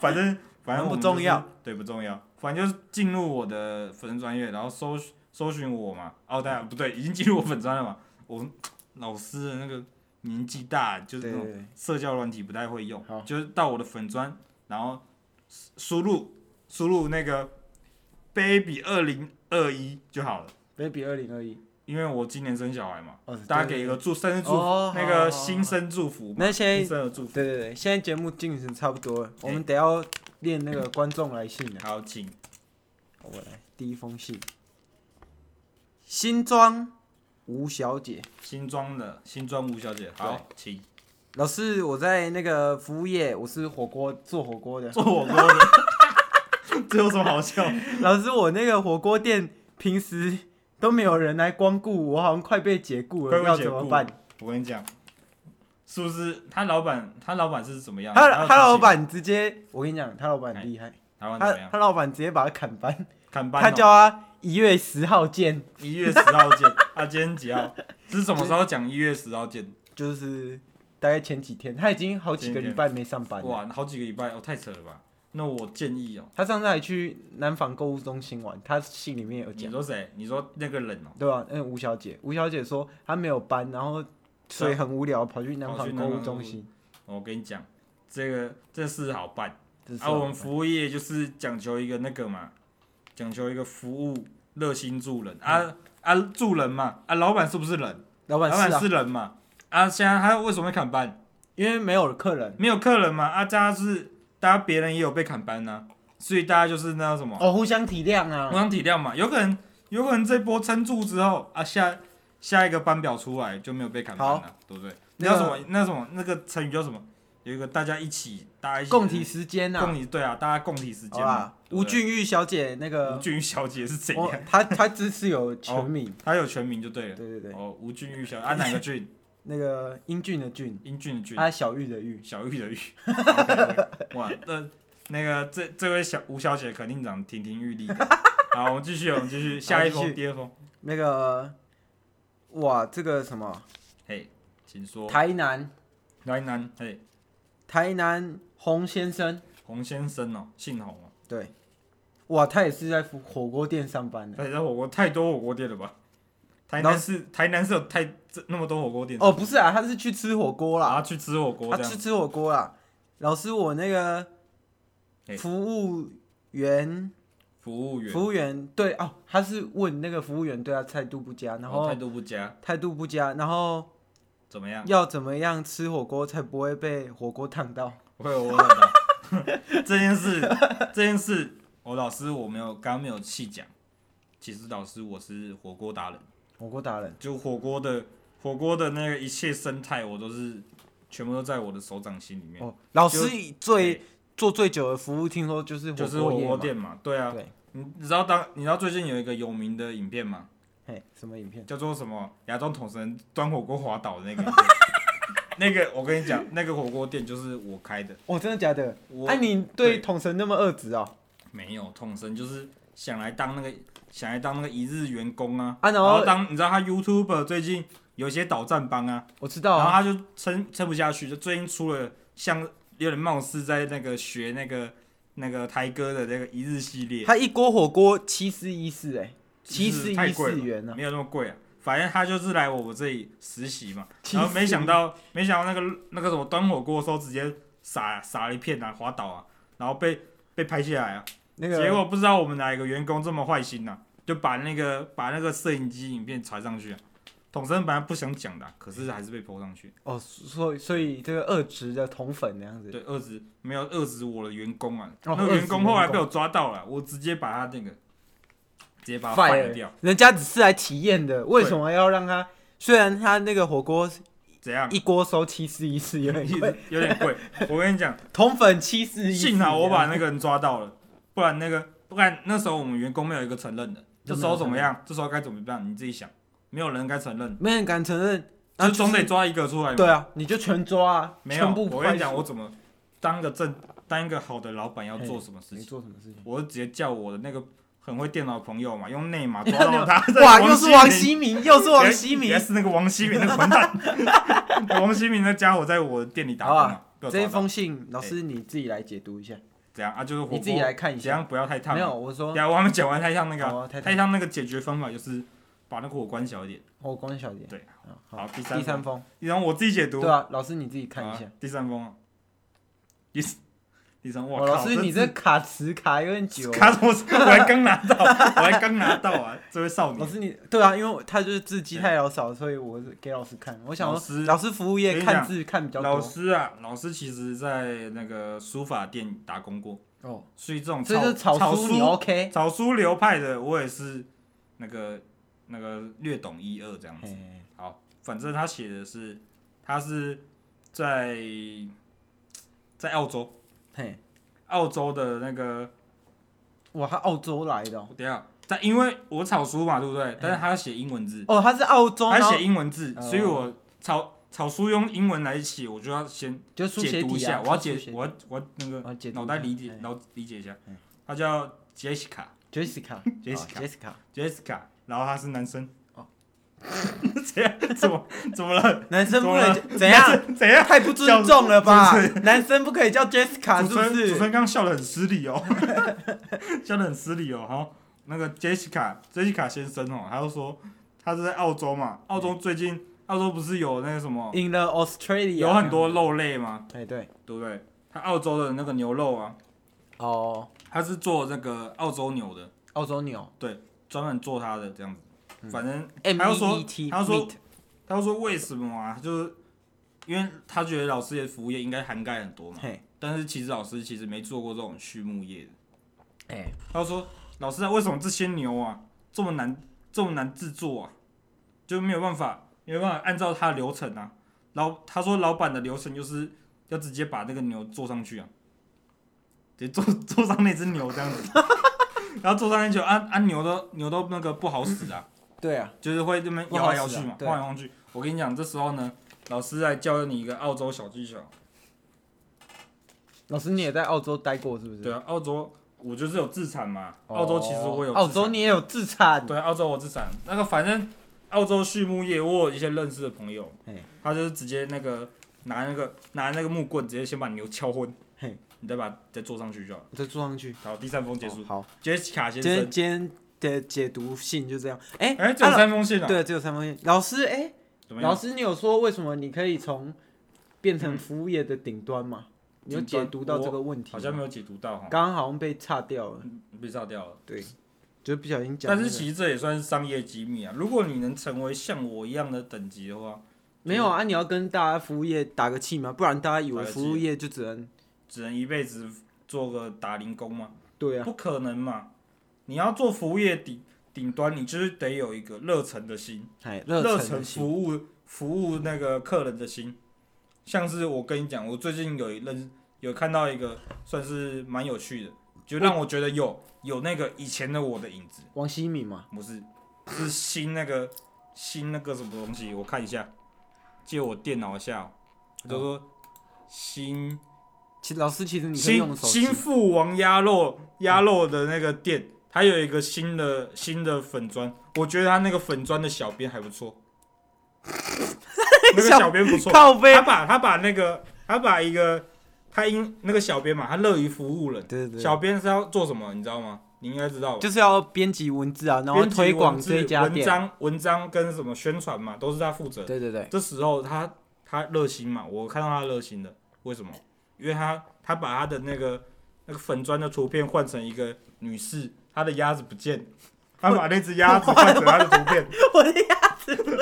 Speaker 1: 反正反正我们
Speaker 2: 不重要
Speaker 1: 就是，对不重要，反正就是进入我的粉丝专业，然后搜搜寻我嘛。哦，当然不对，已经进入我粉专了嘛。我老师的那个年纪大，就是
Speaker 2: 对
Speaker 1: 那种
Speaker 2: 对对，
Speaker 1: 社交软体不太会用
Speaker 2: 好，
Speaker 1: 就是到我的粉专，然后输入输入那个 baby 二零二一就好了，
Speaker 2: ，baby 二零二一，
Speaker 1: 因为我今年生小孩嘛，
Speaker 2: 哦
Speaker 1: 大家给一个祝生日祝福
Speaker 2: 哦，
Speaker 1: 那
Speaker 2: 好好
Speaker 1: 个
Speaker 2: 好
Speaker 1: 新生祝福嘛，
Speaker 2: 那现
Speaker 1: 新
Speaker 2: 在
Speaker 1: 生的祝福。
Speaker 2: 对对对，现在节目进行差不多了，我们得要念那个观众来信了。
Speaker 1: 好，请
Speaker 2: 我来第一封信，新庄吴小姐，
Speaker 1: 新装的新装吴小姐，好，请
Speaker 2: 老师，我在那个服务业，我是火锅做火锅的。
Speaker 1: 做火锅的， 这有什么好笑？
Speaker 2: 老师，我那个火锅店平时都没有人来光顾，我好像快被解雇
Speaker 1: 快
Speaker 2: 了，
Speaker 1: 被
Speaker 2: 要
Speaker 1: 解
Speaker 2: 怎么
Speaker 1: 雇
Speaker 2: 办？
Speaker 1: 我跟你讲，是不是他老板？他老板是怎么样？啊还
Speaker 2: 他
Speaker 1: 有
Speaker 2: 他老
Speaker 1: 提醒，
Speaker 2: 板直接，我跟你讲，他老板很厉害，
Speaker 1: 老板
Speaker 2: 他
Speaker 1: 哎怎么样？
Speaker 2: 他老板直接把他砍班，
Speaker 1: 看班、哦，
Speaker 2: 他叫他一月十号见，
Speaker 1: 一月十号见。啊，今天几号？是什么时候讲一月十号见？
Speaker 2: 就是大概前几天，他已经好几
Speaker 1: 前
Speaker 2: 个
Speaker 1: 几天
Speaker 2: 礼拜没上班了。
Speaker 1: 哇，好几个礼拜哦，太扯了吧？那我建议哦，
Speaker 2: 他上次还去南纺购物中心玩，他信里面有
Speaker 1: 你
Speaker 2: 讲，
Speaker 1: 说谁？你说那个人哦，
Speaker 2: 对吧、嗯，吴小姐，吴小姐说她没有班，然后所以很无聊，跑去南
Speaker 1: 啊跑去
Speaker 2: 纺
Speaker 1: 南
Speaker 2: 购物
Speaker 1: 纺购
Speaker 2: 中
Speaker 1: 物
Speaker 2: 心。
Speaker 1: 我跟你讲，这个这事好办。
Speaker 2: 这是
Speaker 1: 啊，我们
Speaker 2: 什么
Speaker 1: 服务业就是讲求一个那个嘛，讲求一个服务热心助人啊啊助人嘛啊，老板是不是人？
Speaker 2: 嗯
Speaker 1: 老
Speaker 2: 老板是
Speaker 1: 板
Speaker 2: 啊，
Speaker 1: 是人嘛啊，现在他为什么会砍班？
Speaker 2: 因为没有客人。
Speaker 1: 没有客人嘛啊，大家是大家别人也有被砍班呐、所以大家就是那叫什么，
Speaker 2: 哦，互相体谅
Speaker 1: 互
Speaker 2: 啊，
Speaker 1: 相体谅嘛。有可能有可能这波撑住之后啊，下下一个班表出来就没有被砍班了，对不对？那
Speaker 2: 那个
Speaker 1: 叫什么？那什么？那个成语叫什么？有一个大家一起，大家一起
Speaker 2: 共体时间呐、
Speaker 1: 共
Speaker 2: 啊，
Speaker 1: 体对啊，大家共体时
Speaker 2: 好
Speaker 1: 间嘛
Speaker 2: 吧。。
Speaker 1: 对
Speaker 2: 吴
Speaker 1: 不对
Speaker 2: 俊玉小姐那
Speaker 1: 吴
Speaker 2: 个，
Speaker 1: 俊宇小姐是怎
Speaker 2: 呃我
Speaker 1: 样？
Speaker 2: 她她支持有全名，
Speaker 1: 她有全名就对了。
Speaker 2: 对对对，
Speaker 1: 哦，吴俊玉小啊哪个俊？
Speaker 2: 那个英俊的俊，
Speaker 1: 英俊的俊，
Speaker 2: 她小玉的玉，
Speaker 1: 小玉的 玉。OK，OK 哇，那那个这这位小吴小姐肯定长得亭亭玉立 的。好，我们继续，我们继续下一
Speaker 2: 继
Speaker 1: 封，
Speaker 2: 续
Speaker 1: 第二封。
Speaker 2: 那个，哇，这个什么
Speaker 1: 嘿，请说。
Speaker 2: 台南
Speaker 1: 来南，嘿，
Speaker 2: 台南洪先生，
Speaker 1: 洪先生哦，姓洪哦。
Speaker 2: 对，哇，他也是在火锅店上班的。
Speaker 1: 台南哎火锅太多火锅店了吧？台
Speaker 2: 嗯然
Speaker 1: 南
Speaker 2: 后
Speaker 1: 是台南是有太这那么多火锅店
Speaker 2: 哦，不是啊，他是去吃火锅啦，
Speaker 1: 啊，去吃火锅
Speaker 2: 他
Speaker 1: 这样
Speaker 2: 去。吃火锅啦。老师，我那个
Speaker 1: 哎
Speaker 2: 服务员，
Speaker 1: 服务员，
Speaker 2: 服务员对哦，他是问那个服务员对他态度不佳，然
Speaker 1: 哦态
Speaker 2: 后
Speaker 1: 度不佳，
Speaker 2: 态度不佳，然后
Speaker 1: 怎么样？
Speaker 2: 要怎么样吃火锅才不会被火锅烫到？
Speaker 1: 会有我很恼 这件事，这件事，我老师我没有刚刚没有细讲。其实老师我是火锅达人，
Speaker 2: 火锅达人，
Speaker 1: 就火锅的火锅的那个一切生态，我都是全部都在我的手掌心里面。哎
Speaker 2: 哦，老师最做最久的服务，听说就是火
Speaker 1: 就是火
Speaker 2: 业
Speaker 1: 锅
Speaker 2: 嘛
Speaker 1: 店嘛，对啊。
Speaker 2: 对
Speaker 1: 你你知道当你知道最近有一个有名的影片吗？
Speaker 2: 嘿，什么影片？
Speaker 1: 叫做什么？亚洲统神端火锅滑倒的那个影片。 那个我跟你讲，那个火锅店就是我开的，
Speaker 2: 哦，真的假的？
Speaker 1: 我
Speaker 2: 哎、你对统神那么恶质哦？
Speaker 1: 没有统神，就是想来当那个想来当那个一日员工啊。
Speaker 2: 啊然
Speaker 1: 然
Speaker 2: 后
Speaker 1: 后当你知道他 YouTuber 最近有一些倒战帮啊，
Speaker 2: 我知道
Speaker 1: 然后
Speaker 2: 啊，
Speaker 1: 他就撑撑不下去，就最近出了像有点貌似在那个学那个那个台哥的那个一日系列，
Speaker 2: 他一锅火锅七四一四，哎，七四
Speaker 1: 太
Speaker 2: 一
Speaker 1: 贵
Speaker 2: 四
Speaker 1: 了
Speaker 2: 元呢、
Speaker 1: 没有那么贵啊。反正他就是来我我这里实习 嘛，
Speaker 2: 其实
Speaker 1: 然后没想到没想到那个那个什么端火锅的时候直接撒撒了一片啊，滑倒啊，然后被被拍下来啊。
Speaker 2: 那个
Speaker 1: 结果不知道我们哪一个员工这么坏心呐、就把那个把那个摄影机影片传上去、啊。统神本来不想讲的啊、可是还是被泼上去。
Speaker 2: 哦，所以所以这个恶质的同粉那样子，
Speaker 1: 对，遏制没有遏制我的员工啊，
Speaker 2: 哦
Speaker 1: 那
Speaker 2: 遏
Speaker 1: 个
Speaker 2: 制
Speaker 1: 员工后来
Speaker 2: 员工
Speaker 1: 被我抓到了，我直接把他那个直接把他
Speaker 2: Fire
Speaker 1: fire 掉，
Speaker 2: 人家只是来体验的，为什么要让他？虽然他那个火锅
Speaker 1: 怎样？
Speaker 2: 一锅收七四一四有点贵，
Speaker 1: 有点贵。我跟你 讲，
Speaker 2: 同粉七四一，
Speaker 1: 幸好我把那个人抓到了，不然那个不然那时候我们员工没有一个承认的。这时候怎么样？这时候该怎么办？你自己想，没有人该承认，
Speaker 2: 没人敢承认，
Speaker 1: 那
Speaker 2: 那
Speaker 1: 总
Speaker 2: 就是
Speaker 1: 得抓一个出来嘛。
Speaker 2: 对啊，你就全抓啊，
Speaker 1: 哎没有，
Speaker 2: 全部
Speaker 1: 我跟你讲，
Speaker 2: 快速
Speaker 1: 我怎么当个正当一个好的老板要做什么事
Speaker 2: 你
Speaker 1: 情？
Speaker 2: 做什么事情？
Speaker 1: 我就直接叫我的那个很会电脑的朋友嘛，用 内码抓
Speaker 2: 你
Speaker 1: 到
Speaker 2: 有
Speaker 1: 他。
Speaker 2: 哇，又是王
Speaker 1: 明哎
Speaker 2: 希明，又是王希
Speaker 1: 原
Speaker 2: 明
Speaker 1: 来，是那个王希明那个混蛋， 王希明那家伙在我店里打工
Speaker 2: 好
Speaker 1: 啊
Speaker 2: 啊，
Speaker 1: 被我
Speaker 2: 这一
Speaker 1: 抓到
Speaker 2: 封信老师你自己来解读一下，
Speaker 1: 怎样啊？就是火锅
Speaker 2: 你自己来看一
Speaker 1: 怎
Speaker 2: 下，
Speaker 1: 样不要太烫啊。
Speaker 2: 没有，我说
Speaker 1: 等下我还没讲完太烫那个啊，
Speaker 2: 哦太烫
Speaker 1: 太烫那个解决方法就是把那个火关小一点。
Speaker 2: 火光小姐，
Speaker 1: 对
Speaker 2: 啊，
Speaker 1: 好，
Speaker 2: 好，
Speaker 1: 第
Speaker 2: 第
Speaker 1: 三
Speaker 2: 三
Speaker 1: 封，
Speaker 2: 封，
Speaker 1: 然后我自己解读
Speaker 2: 对，啊，老师你自己看一下
Speaker 1: 好啊。第三封啊，第四第三，
Speaker 2: 哇，
Speaker 1: 我
Speaker 2: 哦老
Speaker 1: 靠，
Speaker 2: 师你这卡词卡有点久。
Speaker 1: 卡我我还刚拿到，我还刚拿到啊，这位少
Speaker 2: 老
Speaker 1: 年。
Speaker 2: 师你对啊，因为他就是字迹太潦草，所以我是给老师看。我想
Speaker 1: 老
Speaker 2: 说，
Speaker 1: 师
Speaker 2: 老师服务
Speaker 1: 跟
Speaker 2: 业
Speaker 1: 你
Speaker 2: 看
Speaker 1: 讲
Speaker 2: 字看比较
Speaker 1: 老
Speaker 2: 多
Speaker 1: 师啊，老师其实在那个书法店打工过，
Speaker 2: 哦，
Speaker 1: 所以这种
Speaker 2: 所以
Speaker 1: 草
Speaker 2: 就
Speaker 1: 草
Speaker 2: 草书
Speaker 1: 书
Speaker 2: 你 OK？
Speaker 1: 草书流派的，我也是那个那个略懂一二这样子。
Speaker 2: 嘿
Speaker 1: 好，反正他写的是，他是在在澳洲，
Speaker 2: 嘿，
Speaker 1: 澳洲的那个，
Speaker 2: 哇，他澳洲来的哦，
Speaker 1: 等一下，他因为我草书嘛，对不对？但是他写英文字，
Speaker 2: 哦，他是澳洲，
Speaker 1: 他
Speaker 2: 然后
Speaker 1: 写英文字，
Speaker 2: 哦
Speaker 1: 所以我草草书用英文来写，我就要先
Speaker 2: 就书
Speaker 1: 解
Speaker 2: 写
Speaker 1: 读一
Speaker 2: 底
Speaker 1: 下，
Speaker 2: 啊，
Speaker 1: 我要
Speaker 2: 就书
Speaker 1: 解
Speaker 2: 写，
Speaker 1: 我要我要那
Speaker 2: 我要
Speaker 1: 个
Speaker 2: 解读
Speaker 1: 脑袋
Speaker 2: 一下
Speaker 1: 理解
Speaker 2: 哎，
Speaker 1: 脑理解一下
Speaker 2: 哎。
Speaker 1: 他叫 Jessica，Jessica，
Speaker 2: Jessica 哦
Speaker 1: Jessica
Speaker 2: Jessica，
Speaker 1: 然后他是男生。
Speaker 2: 哦
Speaker 1: 怎样？怎么怎么了？
Speaker 2: 男生
Speaker 1: 怎
Speaker 2: 不
Speaker 1: 么了
Speaker 2: 能怎样？？
Speaker 1: 怎样？
Speaker 2: 太不尊重了
Speaker 1: 叫
Speaker 2: 吧
Speaker 1: 是！
Speaker 2: 男生不可以叫 Jessica
Speaker 1: 主持
Speaker 2: 是
Speaker 1: 人
Speaker 2: 不
Speaker 1: 主持
Speaker 2: 是？
Speaker 1: 人刚刚笑得很失礼哦， 笑得很失礼哦。好，那个 Jessica Jessica 先生哦，他就说他是在澳洲嘛，澳
Speaker 2: 哎
Speaker 1: 洲最近澳洲不是有那个什么，
Speaker 2: In the Australia
Speaker 1: 有很多，肉类嘛，
Speaker 2: 哎对，
Speaker 1: 对不对？他澳洲的那个牛肉啊，
Speaker 2: 哦，
Speaker 1: 他是做那个澳洲牛的，
Speaker 2: 澳洲牛
Speaker 1: 专门做它的这样子。反正
Speaker 2: ，M
Speaker 1: 他就说
Speaker 2: E T，
Speaker 1: 他就说他就说为什么啊？就是因为他觉得老师的服务业应该涵盖很多嘛，
Speaker 2: 嘿，
Speaker 1: 但是其实老师其实没做过这种畜牧业的，
Speaker 2: 哎，
Speaker 1: 他就说：“老师啊，为什么这些牛啊这么难这么难制作啊？就没有办法没有办法按照他的流程啊。”老他说老板的流程就是要直接把那个牛坐上去啊，得坐 坐上那只牛这样子， 然后坐上那只牛啊啊牛都牛都那个不好使啊，
Speaker 2: 对啊，
Speaker 1: 就是会这么摇来摇去嘛，
Speaker 2: 不好使啊对
Speaker 1: 晃来晃去。我跟你讲，这时候呢，老师来教你一个澳洲小技巧。
Speaker 2: 老师你也在澳洲待过是不是？
Speaker 1: 对啊，澳洲我就是有自产嘛，
Speaker 2: 哦，
Speaker 1: 澳洲其实我有自
Speaker 2: 澳
Speaker 1: 产
Speaker 2: 洲你也有自产，
Speaker 1: 对，澳洲我资产那个，反正澳洲畜牧业，我有一些认识的朋友
Speaker 2: 嘿，
Speaker 1: 他就是直接那个拿那个拿那个木棍，直接先把牛敲昏
Speaker 2: 嘿，
Speaker 1: 你再把再坐上去就好了。
Speaker 2: 我再坐上去。
Speaker 1: 好，第三封结束
Speaker 2: 哦，好，
Speaker 1: 杰西卡先
Speaker 2: 今
Speaker 1: 生
Speaker 2: 天，今天的解读信就这样。哎
Speaker 1: 哎，只有
Speaker 2: 啊
Speaker 1: 三封信
Speaker 2: 老
Speaker 1: 了，
Speaker 2: 对，只有三封信。老师，哎，
Speaker 1: 怎么
Speaker 2: 老
Speaker 1: 样？
Speaker 2: 师，你有说为什么你可以从变成服务业的顶端吗？你有
Speaker 1: 顶端
Speaker 2: 解读到这个问题吗？
Speaker 1: 好像没有解读到哈，
Speaker 2: 刚刚好像被岔掉了，
Speaker 1: 被炸掉了。
Speaker 2: 对，就不小心讲那
Speaker 1: 但
Speaker 2: 个。
Speaker 1: 是其实这也算是商业机密啊。如果你能成为像我一样的等级的话，
Speaker 2: 没有啊，你要跟大家服务业打个气嘛，不然大家以为
Speaker 1: 打个气
Speaker 2: 服务业就只能
Speaker 1: 只能一辈子做个打零工吗？
Speaker 2: 对啊，
Speaker 1: 不可能嘛！你要做服务业顶顶端，你就是得有一个热忱的心，
Speaker 2: 哎，
Speaker 1: 热
Speaker 2: 忱
Speaker 1: 忱
Speaker 2: 的心
Speaker 1: 服务服务那个客人的心。像是我跟你讲，我最近有一认有看到一个算是蛮有趣的，就让我觉得有有那个以前的我的影子，
Speaker 2: 王希敏嘛，
Speaker 1: 不是是新那个新那个什么东西，我看一下，借我电脑一下哦、他就说新
Speaker 2: 其实老师其实你可以用
Speaker 1: 新
Speaker 2: 手机
Speaker 1: 新，富王鸭肉鸭肉的那个店，它有一个新的新的粉砖，我觉得他那个粉砖的小编还不 错，那个小编不错，
Speaker 2: 靠背
Speaker 1: 他，把他把那个他把一个他因那个小编嘛，他乐于服务人，
Speaker 2: 对对对，
Speaker 1: 小编是要做什么，你知道吗？你应该知道吧。
Speaker 2: 就是要编辑文字啊，然后
Speaker 1: 编辑
Speaker 2: 推广
Speaker 1: 文字
Speaker 2: 这家
Speaker 1: 文
Speaker 2: 店，
Speaker 1: 章文章跟什么宣传嘛，都是他负责。
Speaker 2: 对对对，
Speaker 1: 这时候他他热心嘛，我看到他热心的，为什么？因为他他把他的那个那个粉砖的图片换成一个女士，他的鸭子不见，他把那只鸭子换成他的图片，
Speaker 2: 我的鸭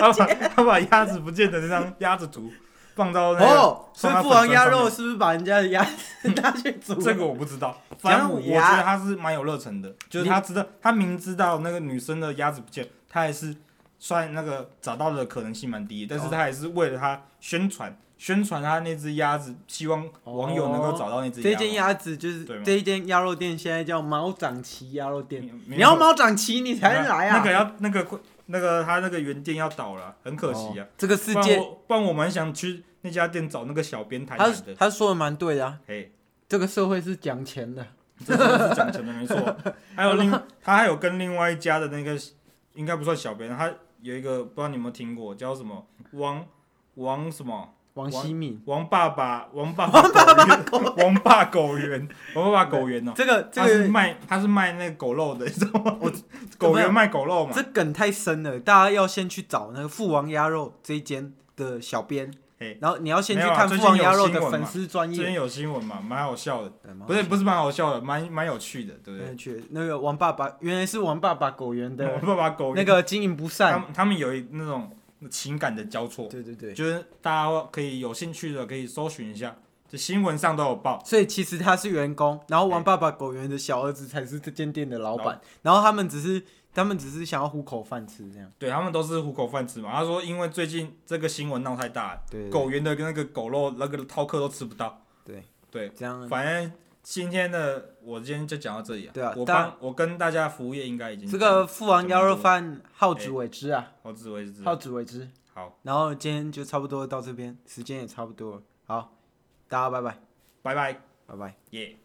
Speaker 1: 他把他把鸭子不见的那张鸭子图放到那个、
Speaker 2: 哦，所以
Speaker 1: 放到
Speaker 2: 父王鸭
Speaker 1: 粉砖上
Speaker 2: 肉
Speaker 1: 面
Speaker 2: 是不是把人家的鸭子 拿去煮？
Speaker 1: 这个我不知 道，反正我觉得他是蛮有热忱的，就是他知道他明知道那个女生的鸭子不见，他还是算那个找到的可能性蛮低，但
Speaker 2: 哦
Speaker 1: 是他还是为了他宣传宣传他那只鸭子，希望网友能够找到那只
Speaker 2: 哦这
Speaker 1: 鸭。
Speaker 2: 间鸭子就是
Speaker 1: 对吗
Speaker 2: 这一间鸭肉店，现在叫毛长旗鸭肉店。
Speaker 1: 没
Speaker 2: 你要猫长旗，你才能来啊！
Speaker 1: 那个要那个那个他那个原店要倒了，很可惜啊。
Speaker 2: 哦这个世
Speaker 1: 不然
Speaker 2: 界，
Speaker 1: 我不然我蛮想去那家店找那个小编谈
Speaker 2: 他
Speaker 1: 谈的。
Speaker 2: 他说的蛮对的啊，
Speaker 1: 嘿，
Speaker 2: 这个社会是讲钱的。
Speaker 1: 这真的是讲钱的没错。还有另他还有跟另外一家的那个应该不算小编，他有一个不知道你有没有听过，叫什么王王什么
Speaker 2: 王希敏，
Speaker 1: 王爸爸王爸爸狗园王爸狗园 王爸爸狗园哦。
Speaker 2: 这个这
Speaker 1: 他是
Speaker 2: 个
Speaker 1: 卖他是卖那个狗肉的，你知道吗？狗园卖狗肉嘛，
Speaker 2: 这梗太深了，大家要先去找那个父王鸭肉这一间的小编
Speaker 1: 嘿，
Speaker 2: 然后你要先去
Speaker 1: 没有啊
Speaker 2: 看
Speaker 1: 最
Speaker 2: 父
Speaker 1: 近
Speaker 2: 王
Speaker 1: 有
Speaker 2: 鸭肉
Speaker 1: 新
Speaker 2: 的
Speaker 1: 闻
Speaker 2: 粉
Speaker 1: 嘛
Speaker 2: 丝专
Speaker 1: 之前
Speaker 2: 业。
Speaker 1: 有新闻嘛，蛮好笑的，
Speaker 2: 对
Speaker 1: 不是不是蛮好笑的，蛮蛮有趣的，对不对？
Speaker 2: 蛮去那个王爸爸，原来是王爸爸狗园
Speaker 1: 王
Speaker 2: 的
Speaker 1: 爸爸狗
Speaker 2: 那
Speaker 1: 园，
Speaker 2: 个经营不
Speaker 1: 哦他
Speaker 2: 善。
Speaker 1: 们他们有一那种情感的交错，
Speaker 2: 对对对，
Speaker 1: 就是大家可以有兴趣的可以搜寻一下，这新闻上都有报。
Speaker 2: 所以其实他是员工，然后王
Speaker 1: 哎
Speaker 2: 爸爸狗园的小儿子才是这间店的老板，然后他们只是他们只是想要糊口饭吃这样。
Speaker 1: 对他们都是糊口饭吃嘛。他说，因为最近这个新闻闹太大了，
Speaker 2: 对，
Speaker 1: 狗园的那个狗肉那个饕客都吃不到。
Speaker 2: 对
Speaker 1: 对，
Speaker 2: 这样
Speaker 1: 反正今天的我今天就讲到这里啊。
Speaker 2: 嗯对啊
Speaker 1: 我
Speaker 2: 大
Speaker 1: 帮我跟大家服务业应该已经
Speaker 2: 这个父王鸭肉饭好自为之啊，
Speaker 1: 好自为之。
Speaker 2: 好自为之。
Speaker 1: 好，
Speaker 2: 然后今天就差不多到这边，时间也差不多了。好，大家拜拜，
Speaker 1: 拜拜，
Speaker 2: 拜拜。
Speaker 1: 耶、